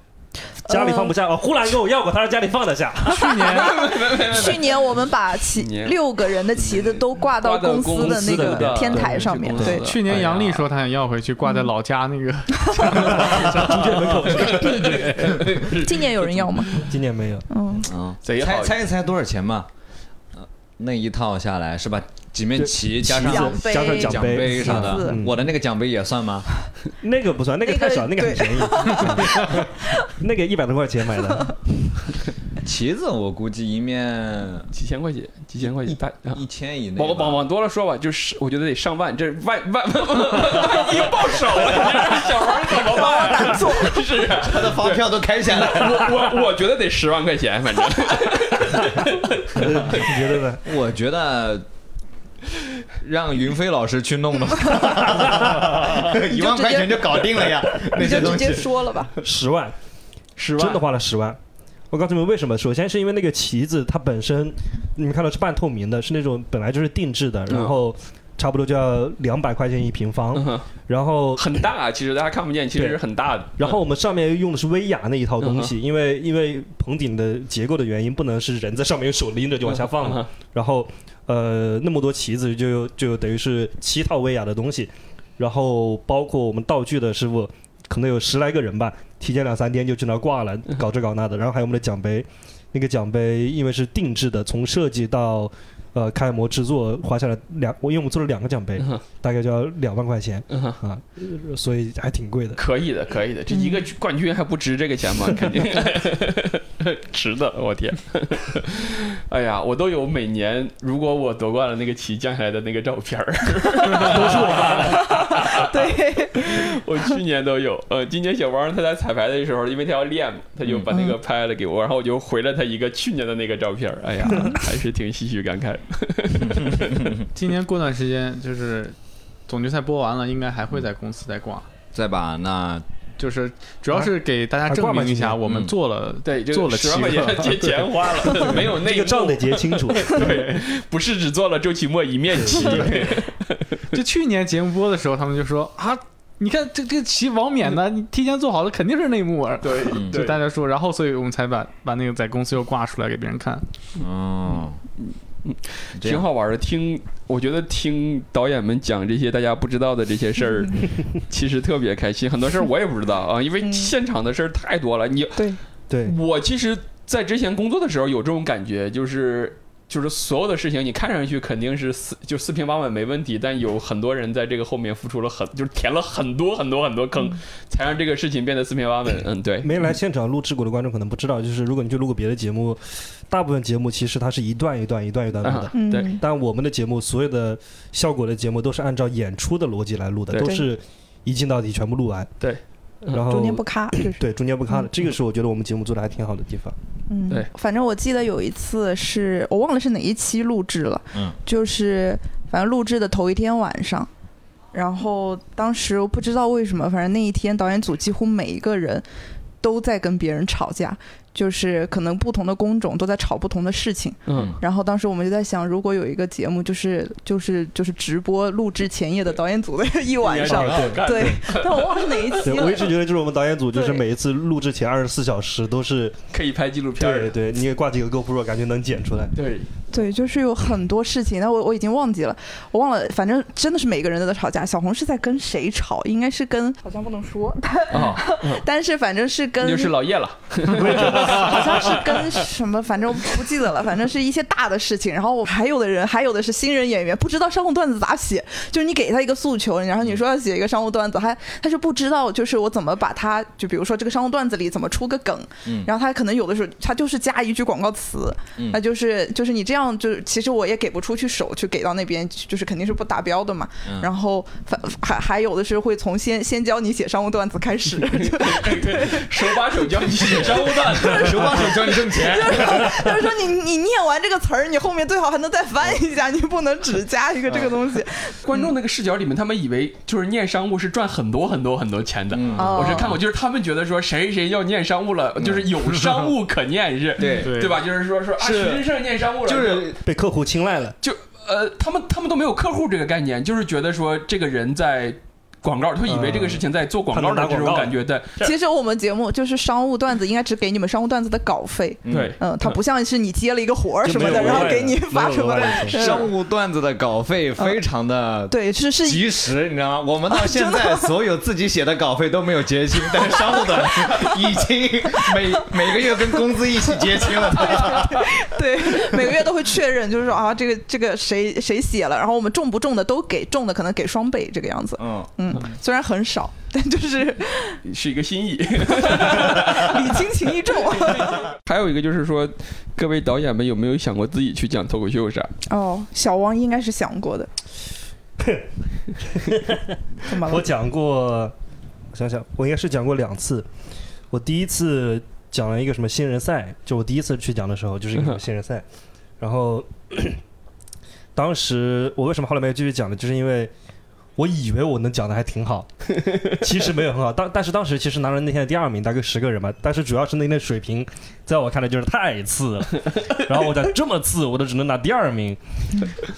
[SPEAKER 4] 家里放不
[SPEAKER 6] 呃
[SPEAKER 4] 下啊！呼兰给我要过，他说家里放得下。
[SPEAKER 5] 去年
[SPEAKER 3] 去年我们把旗
[SPEAKER 2] 去年
[SPEAKER 3] 六个人的旗子都挂到
[SPEAKER 2] 挂到
[SPEAKER 3] 公司的那
[SPEAKER 2] 公司的
[SPEAKER 3] 个天台上面，
[SPEAKER 2] 对
[SPEAKER 3] 对
[SPEAKER 2] 对，
[SPEAKER 5] 去年杨丽说她想要回去挂在老家那个
[SPEAKER 6] *laughs*
[SPEAKER 5] *laughs* 猪圈门口，
[SPEAKER 3] 今年有人要吗？
[SPEAKER 4] *laughs* 今年没有，
[SPEAKER 3] 嗯，
[SPEAKER 6] 啊，
[SPEAKER 2] 贼好
[SPEAKER 6] 猜猜一猜多少钱嘛？呃那一套下来是吧？几面旗加上
[SPEAKER 3] 奖
[SPEAKER 4] 加上
[SPEAKER 3] 杯
[SPEAKER 4] 奖
[SPEAKER 6] 奖杯啥
[SPEAKER 3] 旗
[SPEAKER 6] 的
[SPEAKER 3] 子，
[SPEAKER 4] 嗯
[SPEAKER 6] 我的那个奖杯也算吗？
[SPEAKER 4] 那个不算，那个
[SPEAKER 3] 那
[SPEAKER 4] 太
[SPEAKER 3] 个
[SPEAKER 4] 小，那个很
[SPEAKER 3] 对
[SPEAKER 4] 便宜，那个一百多块钱买的，
[SPEAKER 6] 旗子我估计一面
[SPEAKER 2] 几千块钱，几千块钱大。啊
[SPEAKER 6] 一千以内吧。
[SPEAKER 2] 往往往多了说吧，就是我觉得得上万，这万万 *laughs* 万万万一爆手了，你这小王怎么办、啊？难做， *laughs* 是 *laughs*
[SPEAKER 7] 他的发票都开下来了。
[SPEAKER 2] 我我我觉得得十万块钱，反 *laughs* 正
[SPEAKER 4] 你觉得呢？
[SPEAKER 6] *laughs* 我觉得让云飞老师去弄吧。
[SPEAKER 7] *laughs* 一万块钱就搞
[SPEAKER 6] *laughs*
[SPEAKER 7] 定了呀，那
[SPEAKER 3] 你
[SPEAKER 7] 些
[SPEAKER 3] 就
[SPEAKER 7] 东
[SPEAKER 3] 直
[SPEAKER 7] 西
[SPEAKER 3] 接。说了吧。
[SPEAKER 4] 十万，
[SPEAKER 2] 十
[SPEAKER 4] 真的
[SPEAKER 2] 万。
[SPEAKER 4] 花了十万。我告诉你们为什么？首先是因为那个旗子它本身，你们看到是半透明的，是那种本来就是定制的，然后差不多就要两百块钱一平
[SPEAKER 2] 嗯
[SPEAKER 4] 方，
[SPEAKER 2] 哼
[SPEAKER 4] 然后
[SPEAKER 2] 很大，啊其实大家看不见，其实是很大的。
[SPEAKER 4] 然后我们上面用的是威亚那一套东
[SPEAKER 2] 嗯
[SPEAKER 4] 西，因为因为棚顶的结构的原因，不能是人在上面用手拎着就往下
[SPEAKER 2] 嗯
[SPEAKER 4] 放了。然后呃，那么多旗子就就等于是七套威亚的东西，然后包括我们道具的师傅，可能有十来个人吧，提前两三天就去那儿挂
[SPEAKER 2] 嗯
[SPEAKER 4] 了，搞这搞那的。然后还有我们的奖杯，那个奖杯因为是定制的，从设计到。呃，开模制作花下了两，我因为我们做了两个奖杯，
[SPEAKER 2] 嗯哼
[SPEAKER 4] 大概就要两万块钱
[SPEAKER 2] 嗯哼
[SPEAKER 4] 啊，所以还挺贵的。
[SPEAKER 2] 可以的，可以的，这一个冠军还不值这个钱吗？肯定 *laughs* 值的，我天！哎呀，我都有每年如果我夺冠了那个旗降下来的那个照片儿，
[SPEAKER 3] 对，
[SPEAKER 2] 我去年都有。呃，今年小王他在彩排的时候，因为他要练嘛，他就把那个拍了给我，然后我就回了他一个去年的那个照片儿。哎呀，还是挺唏嘘感慨的。
[SPEAKER 5] 今年过段时间就是总决赛播完了，应该还会在公司再挂。
[SPEAKER 6] 再把那
[SPEAKER 5] 就是主要是给大家证明一下，我们做了
[SPEAKER 2] 对，这
[SPEAKER 5] 做
[SPEAKER 2] 个
[SPEAKER 5] 了
[SPEAKER 2] 十
[SPEAKER 5] 七
[SPEAKER 2] 万块钱
[SPEAKER 5] 个，
[SPEAKER 2] 钱钱花了，没有内
[SPEAKER 4] 这个账
[SPEAKER 2] 幕
[SPEAKER 4] 得，结清
[SPEAKER 2] *laughs*
[SPEAKER 4] 楚。
[SPEAKER 2] 对，不是只做了周奇墨一面旗。
[SPEAKER 5] 就去年节目播的时候，他们就说啊，你看这这棋王冕的，你提前做好了，肯定是内幕啊。
[SPEAKER 2] 对
[SPEAKER 6] 嗯
[SPEAKER 5] 就
[SPEAKER 2] 对，
[SPEAKER 5] 大家说，然后所以我们才把把那个在公司又挂出来给别人看。
[SPEAKER 6] 嗯，这
[SPEAKER 2] 挺
[SPEAKER 6] 样
[SPEAKER 2] 好玩的。听，我觉得听导演们讲这些大家不知道的这些事儿，其实特别开心。很多事儿我也不知道啊，因为
[SPEAKER 3] 嗯
[SPEAKER 2] 现场的事儿太多了。你
[SPEAKER 4] 对，
[SPEAKER 2] 我其实，在之前工作的时候有这种感觉，就是就是所有的事情，你看上去肯定是四就四平八稳没问题，但有很多人在这个后面付出了很，就是填了很多很多很多坑，才让这个事情变得四平八稳。嗯，对，
[SPEAKER 4] 没来现场录制过的观众可能不知道，就是如果你去录过别的节目，大部分节目其实它是一段一段一段一段录的，
[SPEAKER 2] 嗯，对，
[SPEAKER 4] 但我们的节目所有的效果的节目都是按照演出的逻辑来录的，
[SPEAKER 2] 对
[SPEAKER 4] 都是一镜到底全部录完，
[SPEAKER 2] 对，
[SPEAKER 4] 然后
[SPEAKER 3] 嗯中间不嗯卡，就是
[SPEAKER 4] 对中间不卡的，这个是我觉得我们节目做的还挺好的地方。
[SPEAKER 3] 嗯，
[SPEAKER 2] 对，
[SPEAKER 3] 反正我记得有一次是我忘了是哪一期录制了，
[SPEAKER 6] 嗯，
[SPEAKER 3] 就是反正录制的头一天晚上，然后当时我不知道为什么，反正那一天导演组几乎每一个人都在跟别人吵架，就是可能不同的工种都在吵不同的事情。
[SPEAKER 2] 嗯，
[SPEAKER 3] 然后当时我们就在想，如果有一个节目，就是就是就是直播录制前夜的导演组的一
[SPEAKER 2] *laughs*
[SPEAKER 3] 晚上，对，但我忘了是哪一期
[SPEAKER 4] 对，
[SPEAKER 3] 了。
[SPEAKER 4] 我一直觉得就是我们导演组就是
[SPEAKER 3] 对
[SPEAKER 4] 每一次录制前二十四小时都是
[SPEAKER 2] 可以拍纪录片
[SPEAKER 4] 对
[SPEAKER 2] 儿，
[SPEAKER 4] 对，你也挂几个 GoPro，感觉能剪出来。
[SPEAKER 2] 对，
[SPEAKER 3] 对，就是有很多事情，但我我已经忘记了，我忘了，反正真的是每个人都在吵架。小红是在跟谁吵？应该是跟，好像不能说，
[SPEAKER 6] 嗯
[SPEAKER 2] 哦，
[SPEAKER 3] *laughs* 但是反正是跟，
[SPEAKER 2] 那就是老叶了，
[SPEAKER 6] *laughs*
[SPEAKER 3] 好像是跟什么，反正我不记得了，反正是一些大的事情。然后我还有的人，还有的是新人演员，不知道商务段子咋写，就是你给他一个诉求，然后你说要写一个商务段子，他他是不知道，就是我怎么把他，就比如说这个商务段子里怎么出个梗，
[SPEAKER 6] 嗯
[SPEAKER 3] 然后他可能有的时候他就是加一句广告词，
[SPEAKER 6] 嗯
[SPEAKER 3] 那就是就是你这样就是其实我也给不出去手去给到那边，就是肯定是不达标的嘛。
[SPEAKER 6] 嗯
[SPEAKER 3] 然后反还还有的是会从先先教你写商务段子开始， *laughs* 就
[SPEAKER 2] 手把手教你写商务段子，
[SPEAKER 1] *laughs*
[SPEAKER 7] 手把手教你挣钱，
[SPEAKER 3] *laughs* 就是说你你念完这个词儿，你后面最好还能再翻一下，你不能只加一个这个东西。
[SPEAKER 2] 观众那个视角里面，他们以为就是念商务是赚很多很多很多钱的。
[SPEAKER 6] 嗯
[SPEAKER 3] 哦
[SPEAKER 2] 我是看过，就是他们觉得说谁谁要念商务了，就是有商务可念是，
[SPEAKER 7] 对
[SPEAKER 5] 对
[SPEAKER 2] 对吧？就是说说啊，
[SPEAKER 7] 是
[SPEAKER 2] 徐志胜念商务了，
[SPEAKER 7] 就是
[SPEAKER 4] 被客户青睐了，
[SPEAKER 2] 就呃，他们他们都没有客户这个概念，就是觉得说这个人在广告，他以为这个事情在做广告的这种感觉，对
[SPEAKER 3] 其实我们节目就是商务段子，应该只给你们商务段子的稿费。
[SPEAKER 2] 对，
[SPEAKER 3] 嗯，它不像是你接了一个活儿什么的，然后给你发什么。
[SPEAKER 4] 的。
[SPEAKER 6] 商务段子的稿费非常的
[SPEAKER 3] 嗯对，啊是是
[SPEAKER 6] 及时，你知道吗？我们到现在所有自己写的稿费都没有结清，但是商务短信已经每每个月跟工资一起结清了。
[SPEAKER 3] 对， *laughs* 每个月都会确认，就是说啊，这个这个谁谁写了，然后我们中不中的都给，中的可能给双倍这个样子。
[SPEAKER 6] 嗯，
[SPEAKER 3] 嗯，虽然很少，但就是
[SPEAKER 2] 是一个心意。
[SPEAKER 3] 礼轻情意重。啊
[SPEAKER 2] 还有一个就是说，各位导演们有没有想过自己去讲脱口秀啥？
[SPEAKER 3] 哦，小王应该是想过的。怎么
[SPEAKER 4] 我
[SPEAKER 3] 了？
[SPEAKER 4] 讲过，我想想，我应该是讲过两次。我第一次讲了一个什么新人赛，就我第一次去讲的时候，就是一个什么新
[SPEAKER 2] *laughs*
[SPEAKER 4] 人赛。然后 *clears throat* 当时我为什么后来没有继续讲呢？就是因为我以为我能讲的还
[SPEAKER 2] *laughs*
[SPEAKER 4] 挺好，其实没有很好。当但是当时其实拿了那天的第二名，大概十个人吧。但是主要是那天水平，在我看来就是太
[SPEAKER 2] *laughs*
[SPEAKER 4] 次了。然后我讲这么次，我都只能拿第二名，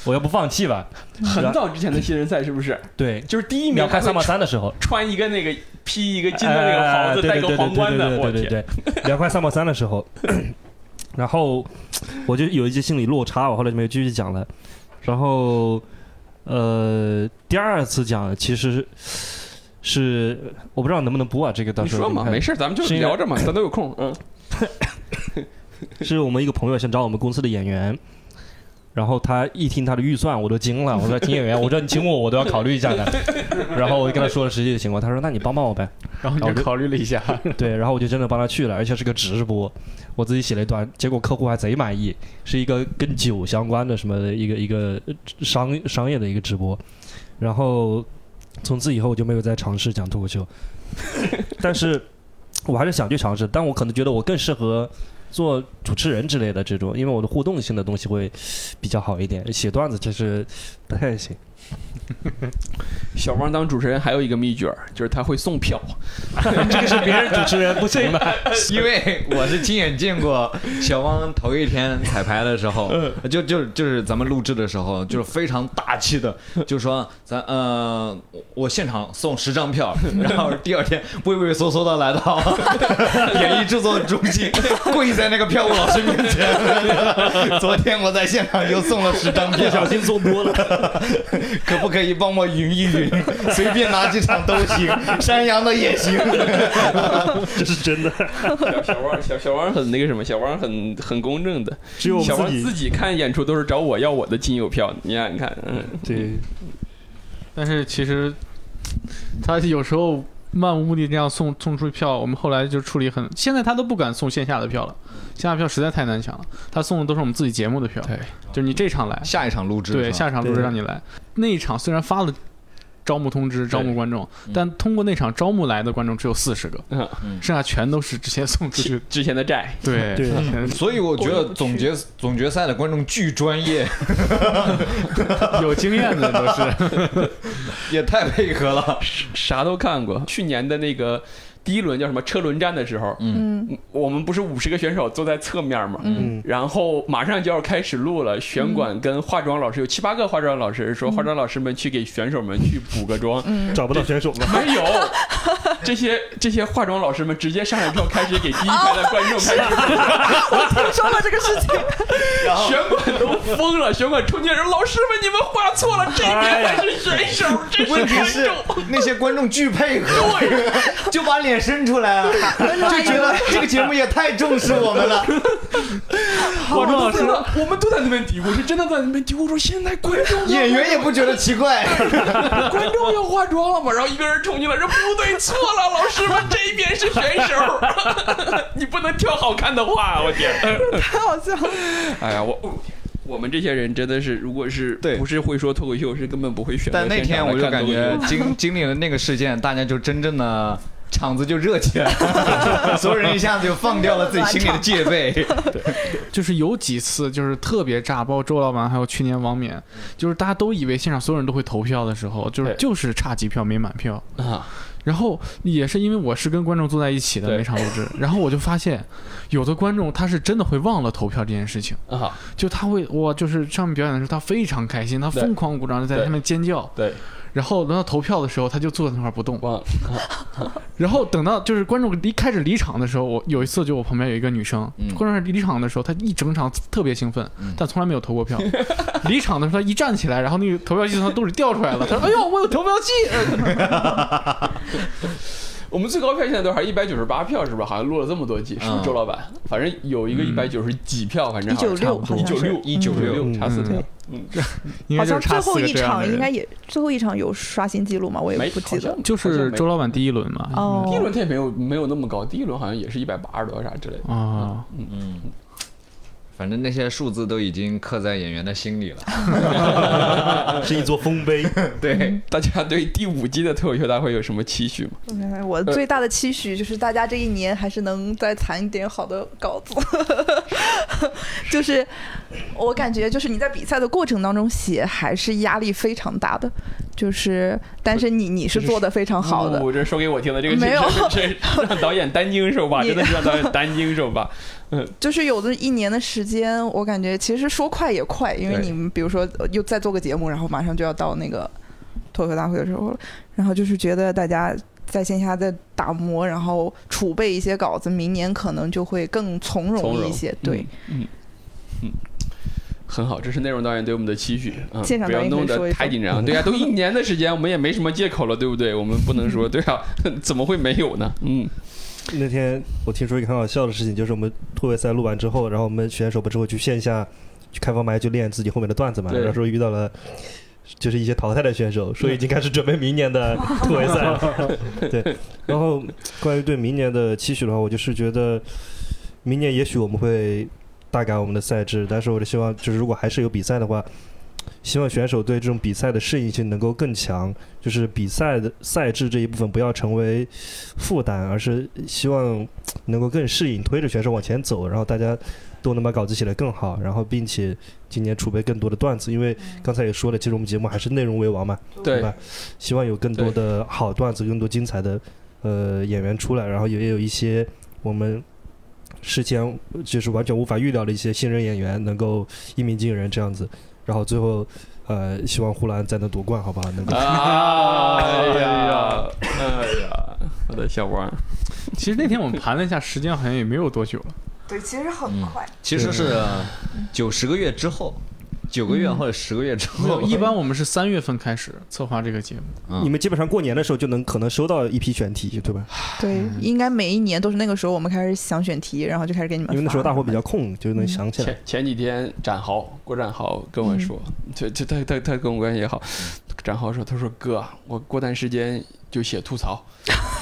[SPEAKER 4] 我要不放
[SPEAKER 2] *laughs*
[SPEAKER 4] 弃吧？
[SPEAKER 2] 很早之前的新人赛是不是？
[SPEAKER 4] 对，
[SPEAKER 2] 就是第一
[SPEAKER 4] 秒
[SPEAKER 2] 名
[SPEAKER 4] 开
[SPEAKER 2] 还
[SPEAKER 4] 三
[SPEAKER 2] 会
[SPEAKER 4] 马三的时候。
[SPEAKER 2] 穿一个那个披 *laughs* 一个金的那个袍子，
[SPEAKER 4] 哎
[SPEAKER 2] 戴
[SPEAKER 4] 对
[SPEAKER 2] 个皇冠的，
[SPEAKER 4] 对
[SPEAKER 2] 我
[SPEAKER 4] 对对
[SPEAKER 2] 天！
[SPEAKER 4] 对对对，两块三毛三的时候， *clears throat* 然后我就有一些心理落差，我后来就没有继续讲了。然后呃，第二次讲其实是是我不知道能不能播啊，这个到
[SPEAKER 2] 你
[SPEAKER 4] 时候
[SPEAKER 2] 说嘛，
[SPEAKER 4] 看
[SPEAKER 2] 没事儿，咱们就是
[SPEAKER 4] 因为
[SPEAKER 2] 聊着嘛，咱都有空。嗯，
[SPEAKER 4] 是我们一个朋友想找我们公司的演员，然后他一听他的预算，我都惊了。我说请演员，我说你请我，我都要考虑一下的。 *laughs* 然后我就跟他说了实际的情况，他说那你帮帮我呗。
[SPEAKER 5] 然后你就考虑了一下，
[SPEAKER 4] *laughs* 对，然后我就真的帮他去了，而且是个直播，我自己写了一段，结果客户还贼满意，是一个跟酒相关的什么的一个一个呃商商业的一个直播，然后从此以后我就没有再尝试讲脱口秀， *laughs* 但是我还是想去尝试，但我可能觉得我更适合做主持人之类的这种，因为我的互动性的东西会比较好一点，写段子其实不太行。
[SPEAKER 2] 小王当主持人还有一个秘诀儿，就是他会送票。
[SPEAKER 4] *laughs* 这个是别人主持人不行的，
[SPEAKER 6] 因为我是亲眼见过小汪头一天彩排的时候，就就就是咱们录制的时候，就是非常大气的，就说咱呃，我我现场送十张票，然后第二天畏畏缩缩的来到演艺制作中心，跪在那个票务老师面 *laughs* 前。昨天我在现场又送了十张
[SPEAKER 4] 不
[SPEAKER 6] 票， *laughs*
[SPEAKER 4] 小心送多了。
[SPEAKER 7] 可不可以帮我匀一匀？随便拿几场都行，山羊的也行。
[SPEAKER 4] 这是真的，
[SPEAKER 2] 小 *laughs* 小汪小小汪很那个什么，小汪很很公正的，
[SPEAKER 4] 只有我
[SPEAKER 2] 小
[SPEAKER 4] 们
[SPEAKER 2] 汪
[SPEAKER 4] 自己
[SPEAKER 2] 自己看演出都是找我要我的金友票，你想想看，嗯，
[SPEAKER 4] 对，
[SPEAKER 5] 但是其实他有时候漫无目的这样送送出票，我们后来就处理很，现在他都不敢送线下的票了，线下票实在太难抢了，他送的都是我们自己节目的票，
[SPEAKER 2] 对，
[SPEAKER 5] 就是你这场来，
[SPEAKER 6] 下一场录制
[SPEAKER 5] 对，
[SPEAKER 6] 是吧
[SPEAKER 5] 下场录制
[SPEAKER 4] 对
[SPEAKER 5] 让你来，那一场虽然发了。招募通知，招募观众，
[SPEAKER 6] 嗯
[SPEAKER 5] 但通过那场招募来的观众只有四十个，
[SPEAKER 2] 嗯
[SPEAKER 5] 剩下全都是直接
[SPEAKER 2] *laughs*
[SPEAKER 5] 送出去
[SPEAKER 2] 之。之前的债，
[SPEAKER 5] 对
[SPEAKER 4] 对
[SPEAKER 6] 嗯所以我觉得总决总决赛的观众巨专业， *laughs*
[SPEAKER 5] 有经验的都是。
[SPEAKER 6] 也太配合 *laughs* 了。
[SPEAKER 2] 啥都看过。去年的那个第一轮叫什么车轮战的时候，
[SPEAKER 3] 嗯，
[SPEAKER 2] 我们不是五十个选手坐在侧面嘛，
[SPEAKER 4] 嗯，
[SPEAKER 2] 然后马上就要开始录了，选管跟化妆老师有七八个化妆老师说，化妆老师们去给选手们去补个妆，
[SPEAKER 4] *laughs* 找不到选手了，
[SPEAKER 2] 没有， *laughs* 这些这些化妆老师们直接上来之后开始给第一排的观众开 *laughs* 始
[SPEAKER 3] 听说过这个事情，
[SPEAKER 2] 选管都疯了，选管冲进来说：“老师们，你们画错了，这边才是选手，这是
[SPEAKER 7] 问题
[SPEAKER 2] 观
[SPEAKER 7] 是
[SPEAKER 2] 众。
[SPEAKER 7] 那些观众巨配合，
[SPEAKER 6] *laughs*
[SPEAKER 7] 就把脸伸出来啊，就
[SPEAKER 6] 哎
[SPEAKER 7] 觉得这个节目也太重视我
[SPEAKER 6] *laughs*
[SPEAKER 7] 们了。
[SPEAKER 2] 我们都在那，我们都在那边嘀咕，是真的在那边嘀咕说：“现在观众要
[SPEAKER 7] 演员也不觉得奇怪，
[SPEAKER 2] 观众要化妆了吗？”然后一个人冲进来说：“不对，错了，老师们，这边是选手， *laughs* 你不能挑好看的话，我天！”
[SPEAKER 3] 太好笑了。
[SPEAKER 2] *laughs* 哎呀，我。我们这些人真的是，如果是
[SPEAKER 6] 对
[SPEAKER 2] 不是会说脱口秀，是根本不会选
[SPEAKER 6] *laughs*
[SPEAKER 2] 择
[SPEAKER 6] 但
[SPEAKER 2] 现场
[SPEAKER 6] 那
[SPEAKER 2] 来看脱口秀。
[SPEAKER 6] 天我就感觉经经历了那个事件，大家就真正的场子就热起来了， *laughs* 所有人一下子就放掉了自己心里的戒备。
[SPEAKER 5] 就是有几次就是特别炸，包括周老板还有去年王冕，就是大家都以为现场所有人都会投票的时候，就是
[SPEAKER 2] 嗯对
[SPEAKER 5] 就是差几票没满票。
[SPEAKER 2] 啊，
[SPEAKER 5] 然后也是因为我是跟观众坐在一起的
[SPEAKER 2] 对
[SPEAKER 5] 每场录
[SPEAKER 2] *laughs*
[SPEAKER 5] 制，然后我就发现，有的观众他是真的会忘了投票这件事情，
[SPEAKER 2] 啊，
[SPEAKER 5] 就他会哇，就是上面表演的时候他非常开心，他
[SPEAKER 2] 对
[SPEAKER 5] 疯狂鼓掌，在
[SPEAKER 2] 对
[SPEAKER 5] 下面尖叫，
[SPEAKER 2] 对，
[SPEAKER 5] 然后轮到投票的时候他就坐在那块儿不动，
[SPEAKER 2] 忘了
[SPEAKER 5] 然后等到就是观众离开始离场的时候，我有一次就我旁边有一个女生，
[SPEAKER 6] 嗯
[SPEAKER 5] 观众离离场的时候，她一整场特别兴奋，但从来没有投过 *laughs* 票。离场的时候，她一站起来，然后那个投票器从她兜里掉出来了， *laughs* 她说：“哎呦，我有投票器！”
[SPEAKER 2] *laughs* 我们最高票现在多少？一百九十八票是吧？好像落了这么多季，是不
[SPEAKER 6] 嗯
[SPEAKER 2] 是周老板？反正有一个一百九十几票，反正好像差不多
[SPEAKER 3] 196好像
[SPEAKER 6] 嗯
[SPEAKER 3] 是
[SPEAKER 2] 一九六差四票，嗯，
[SPEAKER 5] 应
[SPEAKER 3] 好
[SPEAKER 5] 该
[SPEAKER 3] 像最
[SPEAKER 5] 就是差四
[SPEAKER 3] 后
[SPEAKER 5] 个
[SPEAKER 3] 一
[SPEAKER 5] 这样
[SPEAKER 3] 场
[SPEAKER 5] 的
[SPEAKER 3] 应该
[SPEAKER 5] 人。
[SPEAKER 3] 也最后一场有刷新记录吗？我也
[SPEAKER 2] 没
[SPEAKER 3] 不记得。
[SPEAKER 5] 就是周
[SPEAKER 2] 老
[SPEAKER 5] 老板第一轮嘛。
[SPEAKER 2] 第一
[SPEAKER 5] 嗯
[SPEAKER 3] 哦
[SPEAKER 2] 轮他也没有没有那么高，第一轮好像也是一百八十多啥之类的。
[SPEAKER 5] 啊，
[SPEAKER 6] 嗯， *laughs* 反正那些数字都已经刻在演员的心里了。
[SPEAKER 4] *laughs* 是一座丰碑。
[SPEAKER 6] 对，
[SPEAKER 2] 大家对第五季的脱口秀大会有什么期许吗？
[SPEAKER 3] 嗯我最大的期许就是大家这一年还是能再产一点好的稿子，就是我感觉就是你在比赛的过程当中写还是压力非常大的，就是但是你你是做的非常嗯
[SPEAKER 5] 嗯
[SPEAKER 3] 好的，
[SPEAKER 2] 嗯我这说给我听的，这个
[SPEAKER 3] 没有
[SPEAKER 2] 这让导演担惊受怕，
[SPEAKER 3] *laughs* 你
[SPEAKER 2] 真的是让导演担惊受怕。
[SPEAKER 3] 就是有的一年的时间，我感觉其实说快也快，因为
[SPEAKER 2] 对
[SPEAKER 3] 你们比如说呃又再做个节目，然后马上就要到那个脱口秀大会的时候了，然后就是觉得大家在线下在打磨，然后储备一些稿子，明年可能就会更从 *laughs* 容
[SPEAKER 2] 从容
[SPEAKER 3] 一些。对，
[SPEAKER 2] 嗯，嗯，很好，这是内容导演对我们的期许啊，
[SPEAKER 3] 现场
[SPEAKER 2] 不
[SPEAKER 3] 导
[SPEAKER 2] 要
[SPEAKER 3] 演可以
[SPEAKER 2] 弄
[SPEAKER 3] 说
[SPEAKER 2] 得
[SPEAKER 3] 一
[SPEAKER 2] 太
[SPEAKER 3] 说
[SPEAKER 2] 紧张。对啊呀、都一年的时间，我们也没什么借口了，对不对？我们不能
[SPEAKER 3] *laughs*
[SPEAKER 2] 说对啊， *laughs* 怎么会没有呢？嗯，
[SPEAKER 4] 那天我听说一个很好笑的事情，就是我们拓赛录完之后，然后我们选手不是会去线下去开放麦去练自己后面的段子嘛？
[SPEAKER 2] 对
[SPEAKER 4] 然后说遇到了。就是一些淘汰的选手，说已经开始准备明年的拓赛了。对，然后关于对明年的期许的话，我就是觉得明年也许我们会大改我们的赛制，但是我就希望，就是如果还是有比赛的话，希望选手对这种比赛的适应性能够更强，就是比赛的赛制这一部分不要成为负担，而是希望能够更适应，推着选手往前走，然后大家都能把稿子写得更好，然后并且今年储备更多的段子，因为刚才也说了，其实我们节目还是内容为王嘛，
[SPEAKER 2] 对
[SPEAKER 4] 吧？希望有更多的好段子，更多精彩的呃演员出来，然后也也有一些我们事前就是完全无法预料的一些新人演员能够一鸣惊人这样子，然后最后呃希望呼兰再能夺冠，好不好？能够
[SPEAKER 2] 啊， *laughs* 哎呀，哎呀，我的小王，
[SPEAKER 5] 其实那天我们盘了一下，时间好像也没有多久了。
[SPEAKER 3] 对，其实很快。
[SPEAKER 6] 其实是九十个月之后，
[SPEAKER 1] 九个月或者十个月之
[SPEAKER 5] *laughs* 没
[SPEAKER 1] 后
[SPEAKER 5] 有，，一般我们是三月份开始策划这个节目，
[SPEAKER 1] 嗯
[SPEAKER 4] 你们基本上过年的时候就能可能收到一批选题，
[SPEAKER 6] *laughs*
[SPEAKER 4] 对吧？
[SPEAKER 3] 对，应该每一年都是那个时候我们开始想选题，然后就开始给你们发。
[SPEAKER 4] 因为那时候大伙比较空，就能想起来
[SPEAKER 6] *laughs*
[SPEAKER 2] 前。前几天展豪郭展豪跟我说，
[SPEAKER 4] 嗯
[SPEAKER 2] 这这他他他跟我关系也好，展豪说他说哥，我过段时间就写吐
[SPEAKER 4] *laughs*
[SPEAKER 2] 槽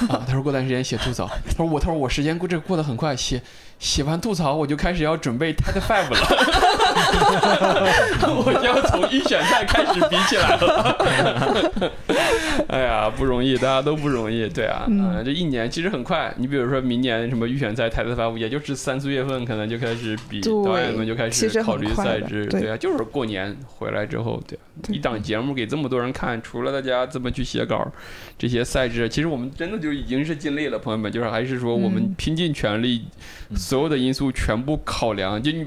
[SPEAKER 2] 啊，他说过段时间写吐槽，他说我他说我时间过这过得很快，写写完吐槽我就开始要准备 TED Five
[SPEAKER 4] *laughs*
[SPEAKER 2] 了， *laughs* 我就要从预选赛开始比起来了， *laughs* 哎呀不容易，大家都不容易，对啊，嗯、这一年其实很快，你比如说明年什么预选赛 TED Five，也就是三四月份可能就开始比
[SPEAKER 3] 对
[SPEAKER 2] 导演们就开
[SPEAKER 3] 其
[SPEAKER 2] 始
[SPEAKER 3] 实
[SPEAKER 2] 考
[SPEAKER 3] 很
[SPEAKER 2] 虑
[SPEAKER 3] 快
[SPEAKER 2] 赛
[SPEAKER 3] 的
[SPEAKER 2] 制，
[SPEAKER 3] 对
[SPEAKER 2] 对啊，就是过年回来之后，对啊，
[SPEAKER 3] 对
[SPEAKER 2] 一档节目给这么多人看，除了大家这么去写稿，这些赛制，其实我们真的就已经是尽力了，朋友们，就是还是说我们
[SPEAKER 3] 嗯
[SPEAKER 2] 拼尽全力，所有的因素全部考量，就你。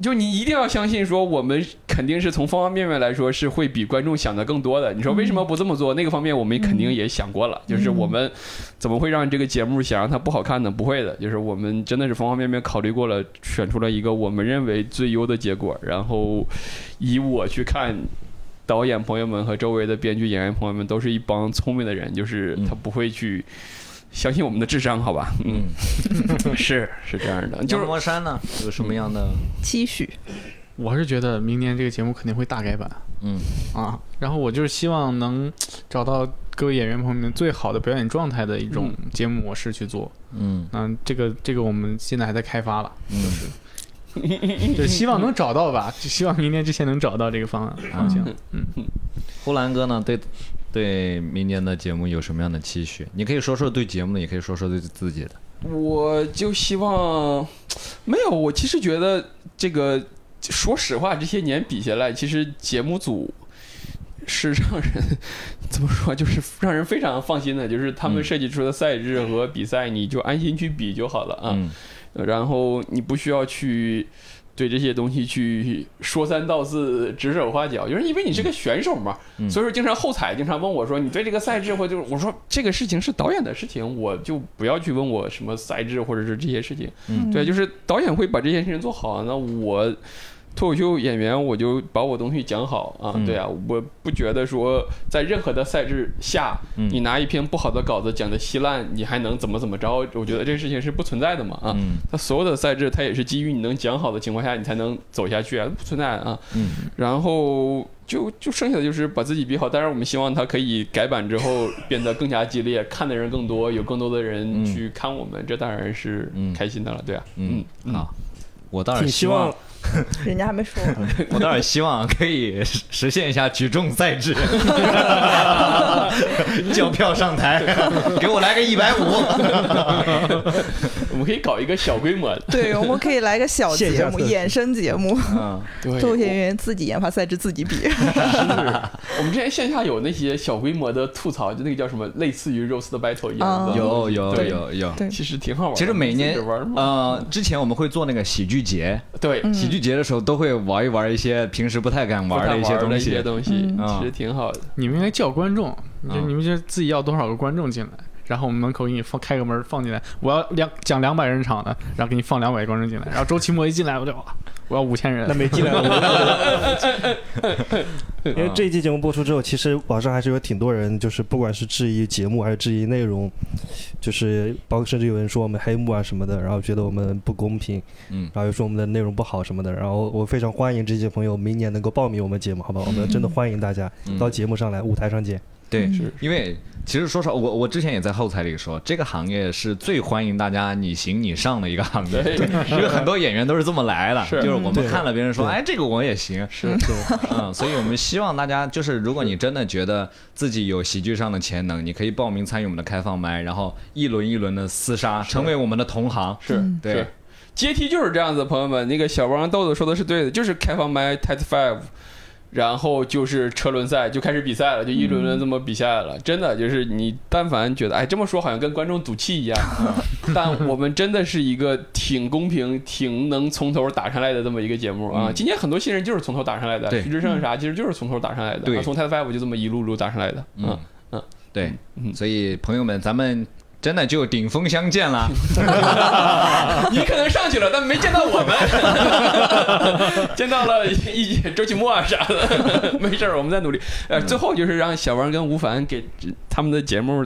[SPEAKER 2] 就你一定要相信，说我们肯定是从方方面面来说是会比观众想的更多的。你说为
[SPEAKER 3] 嗯
[SPEAKER 2] 什么不这么做？那个方面我们肯定也想过了，就是我们怎么会让这个节目想让它不好看呢？不会的，就是我们真的是方方面面考虑过了，选出了一个我们认为最优的结果。然后以我去看，导演朋友们和周围的编剧演员朋友们都是一帮聪明的人，就是他不会去相信我们的智商，好吧？嗯，是是这样的，嗯
[SPEAKER 1] 就
[SPEAKER 2] 就
[SPEAKER 1] 是
[SPEAKER 2] 是
[SPEAKER 1] 魔山呢，有什么样的？
[SPEAKER 3] 期许，
[SPEAKER 5] 我是觉得明年这个节目肯定会大改版，
[SPEAKER 1] 嗯
[SPEAKER 5] 啊，然后我就是希望能找到各位演员朋友们最好的表演状态的一种节目模式去做。
[SPEAKER 1] 嗯
[SPEAKER 5] 嗯，这个这个我们现在还在开发吧，
[SPEAKER 1] 嗯，
[SPEAKER 5] 就希望能找到吧，就希望明年之前能找到这个方案方向。
[SPEAKER 1] 呼兰哥呢？对对，明年的节目有什么样的期许？你可以说说对节目的，也可以说说对自己的。
[SPEAKER 2] 我就希望没有，我其实觉得这个，说实话，这些年比下来，其实节目组是让人 *laughs* 怎么说，就是让人非常放心的，就是他们
[SPEAKER 1] 嗯
[SPEAKER 2] 设计出的赛制和比赛，你就安心去比就好了啊。
[SPEAKER 1] 嗯
[SPEAKER 2] 然后你不需要去对这些东西去说三道四、指手画脚，就是因为你是个选手嘛，
[SPEAKER 1] 嗯
[SPEAKER 2] 所以说经常后采经常问我说你对这个赛制或就是我说这个事情是导演的事情，我就不要去问我什么赛制或者是这些事情，
[SPEAKER 1] 嗯
[SPEAKER 2] 对，就是导演会把这件事情做好，那我。脱口秀演员，我就把我东西讲好啊，
[SPEAKER 1] 嗯
[SPEAKER 2] 对啊，我不觉得说在任何的赛制下，
[SPEAKER 1] 嗯
[SPEAKER 2] 你拿一篇不好的稿子讲的稀烂，你还能怎么怎么着？我觉得这个事情是不存在的嘛啊，
[SPEAKER 1] 嗯
[SPEAKER 2] 它所有的赛制，它也是基于你能讲好的情况下，你才能走下去啊，不存在啊。
[SPEAKER 1] 嗯，
[SPEAKER 2] 然后就就剩下的就是把自己比好。当然，我们希望它可以改版之后变得更加激烈，看的人更多，有更多的
[SPEAKER 1] 嗯
[SPEAKER 2] 人去看我们，这当然是
[SPEAKER 1] 嗯
[SPEAKER 2] 开心的了，对啊。
[SPEAKER 1] 嗯，好。我倒是
[SPEAKER 4] 挺希望，
[SPEAKER 3] 嗯人家还没说完。
[SPEAKER 1] *laughs* 我倒是希望可以实实现一下举重赛制，叫票上台，给我来个一百五。
[SPEAKER 2] 嗯我们可以搞一个小规模的，
[SPEAKER 3] 对，我们可以来个小
[SPEAKER 4] 线
[SPEAKER 3] 节
[SPEAKER 4] 下
[SPEAKER 3] 目，
[SPEAKER 4] 测试
[SPEAKER 3] 衍生节目，
[SPEAKER 1] 嗯
[SPEAKER 2] 对
[SPEAKER 3] 脱口秀演员自己研发赛制自己比。
[SPEAKER 2] 我们之前线下有那些小规模的吐槽，就那个叫什么，类似于 roast battle 一样
[SPEAKER 3] 啊
[SPEAKER 2] 的，
[SPEAKER 1] 有有
[SPEAKER 2] 对
[SPEAKER 1] 有有。
[SPEAKER 3] 对
[SPEAKER 2] 其实挺好玩的。
[SPEAKER 1] 其实每年
[SPEAKER 2] 自己玩嘛，
[SPEAKER 1] 呃，之前我们会做那个喜剧节，
[SPEAKER 2] 对，
[SPEAKER 1] 喜剧节的时候都会玩一玩一些平时不太敢嗯玩
[SPEAKER 2] 不太
[SPEAKER 1] 的一些
[SPEAKER 2] 玩
[SPEAKER 1] 东
[SPEAKER 2] 一些
[SPEAKER 1] 西。
[SPEAKER 2] 东西，
[SPEAKER 3] 嗯
[SPEAKER 2] 其实挺好的。
[SPEAKER 5] 你们应该叫观众，你就
[SPEAKER 1] 嗯
[SPEAKER 5] 你们就自己要多少个观众进来，然后我们门口给你放开个门放进来，我要两讲两百人场的，然后给你放两百观众进来，然后周奇墨一进来我就哇我要五千人
[SPEAKER 4] 那，
[SPEAKER 6] *laughs*
[SPEAKER 4] 没进来我因为这一期节
[SPEAKER 6] 嗯
[SPEAKER 4] 目播出之后，其实网上还是有挺多人，就是不管是质疑节目还是质疑内容，就是包括甚至有人说我们黑幕啊什么的，然后觉得我们不公平，
[SPEAKER 1] 嗯
[SPEAKER 4] 然后又说我们的内容不好什么的。然后我非常欢迎这些朋友明年能够报名我们节目，好吧？我们真的欢迎大家
[SPEAKER 1] 嗯
[SPEAKER 4] 到节目上来，舞台上见。
[SPEAKER 1] 对，
[SPEAKER 3] 嗯
[SPEAKER 2] 是
[SPEAKER 1] 因为其实说实话，我我之前也在后台里说，这个行业是最欢迎大家你行你上的一个行业，
[SPEAKER 2] 对
[SPEAKER 1] *laughs* 因为很多演员都是这么来的，
[SPEAKER 2] 是嗯
[SPEAKER 1] 就是我们
[SPEAKER 4] 对
[SPEAKER 1] 看了别人说，
[SPEAKER 4] 对
[SPEAKER 1] 哎，这个我也行，
[SPEAKER 2] 是
[SPEAKER 1] *laughs* 嗯，所以我们希望大家就是，如果你真的觉得自己有喜剧上的潜能，你可以报名参与我们的开放麦，然后一轮一轮的厮杀，成为我们的同行。
[SPEAKER 2] 是，
[SPEAKER 1] 对
[SPEAKER 2] 是，阶梯就是这样子，朋友们。那个小王豆豆说的是对的，就是开放麦 Tet Five，然后就是车轮赛就开始比赛了，就一轮
[SPEAKER 1] 嗯
[SPEAKER 2] 轮这么比下来了。真的就是你但凡觉得哎这么说好像跟观众赌气一样，啊
[SPEAKER 1] *laughs*
[SPEAKER 2] 但我们真的是一个挺公平、挺能从头打上来的这么一个节目啊。
[SPEAKER 1] 嗯
[SPEAKER 2] 今年很多新人就是从头打上来的，
[SPEAKER 1] 对嗯
[SPEAKER 2] 徐志胜啥其实就是从头打上来的，
[SPEAKER 1] 对
[SPEAKER 2] 啊啊从 Tet Five 就这么一路路打上来的。
[SPEAKER 1] 嗯
[SPEAKER 2] 嗯
[SPEAKER 1] 对，
[SPEAKER 2] 嗯
[SPEAKER 1] 所以朋友们，咱们。
[SPEAKER 6] 真的就顶峰相见了。
[SPEAKER 2] *laughs* 你可能上去了，但没见到我 *laughs* 们，见到了一一周奇墨啊啥的，没事儿，我们在努力。呃，最后就是让小王跟吴凡给他们的节目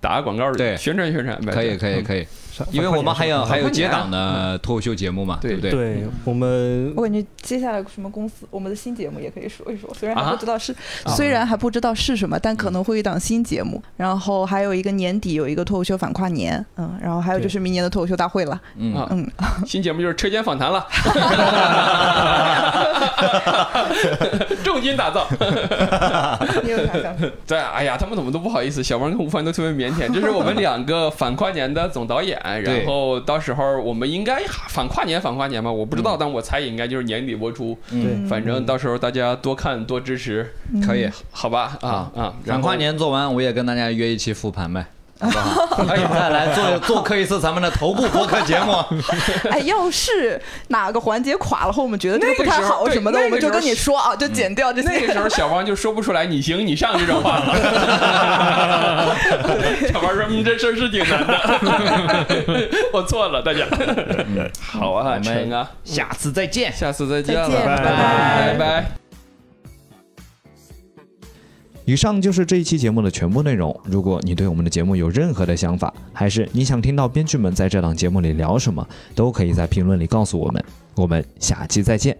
[SPEAKER 2] 打个广告，
[SPEAKER 6] 对
[SPEAKER 2] 宣传宣传呗。
[SPEAKER 6] 可以，可以，
[SPEAKER 2] 嗯
[SPEAKER 6] 可以，
[SPEAKER 4] 啥
[SPEAKER 6] 因为我们还有还有
[SPEAKER 2] 快点
[SPEAKER 6] 接档的脱口秀节目嘛，对
[SPEAKER 2] 对
[SPEAKER 6] 不对？*laughs*
[SPEAKER 4] *laughs* 对我们
[SPEAKER 3] 我感觉接下来什么公司，我们的新节目也可以说一说，虽然
[SPEAKER 2] 啊
[SPEAKER 3] 还不知道是，虽然还不知道是什么，但可能会有一档新节目。然后还有一个年底有一个脱口秀反跨年，嗯，然后还有就是明年的脱口秀大会了。
[SPEAKER 6] 嗯
[SPEAKER 2] 啊，新节目就是车间访 *laughs* 谈了，重金打造。啊
[SPEAKER 3] *laughs* 你有啥想法？
[SPEAKER 2] 对，哎呀，他们怎么都不好意思，小王跟吴凡都特别腼腆。这是我们两个反跨年的总导演， *laughs* 然后到时候我们应该反跨年反跨年吧，我不知道，但我猜应该就是年底播出。
[SPEAKER 6] 嗯，
[SPEAKER 2] 反正到时候大家多看多支持，
[SPEAKER 6] 可以。
[SPEAKER 2] 好吧？啊啊，
[SPEAKER 6] 赶
[SPEAKER 2] 然后
[SPEAKER 6] 跨。年做完，我也跟大家约一期复盘呗。好不好？哎，再来做做客一次咱们的头部播客节目，
[SPEAKER 3] 哎，要是哪个环节垮了后，我们觉得这
[SPEAKER 2] 那个
[SPEAKER 3] 不太
[SPEAKER 2] 时候
[SPEAKER 3] 好
[SPEAKER 2] 对
[SPEAKER 3] 什么的，
[SPEAKER 2] 那个
[SPEAKER 3] 我们就
[SPEAKER 2] 时候嗯
[SPEAKER 3] 跟你说啊，就剪掉这
[SPEAKER 2] 那个时
[SPEAKER 3] 些。
[SPEAKER 2] 候，小王就说不出来“你行，你上”这种话了。小王说：“嗯，这事儿是挺难的，我错了，大家。”好啊，
[SPEAKER 6] 我们
[SPEAKER 2] 成啊，
[SPEAKER 6] 下次再见。
[SPEAKER 2] 下次再见了，
[SPEAKER 3] 再见拜
[SPEAKER 2] 拜
[SPEAKER 3] 拜
[SPEAKER 2] 拜。
[SPEAKER 1] 以上就是这一期节目的全部内容。如果你对我们的节目有任何的想法，还是你想听到编剧们在这档节目里聊什么，都可以在评论里告诉我们。我们下期再见。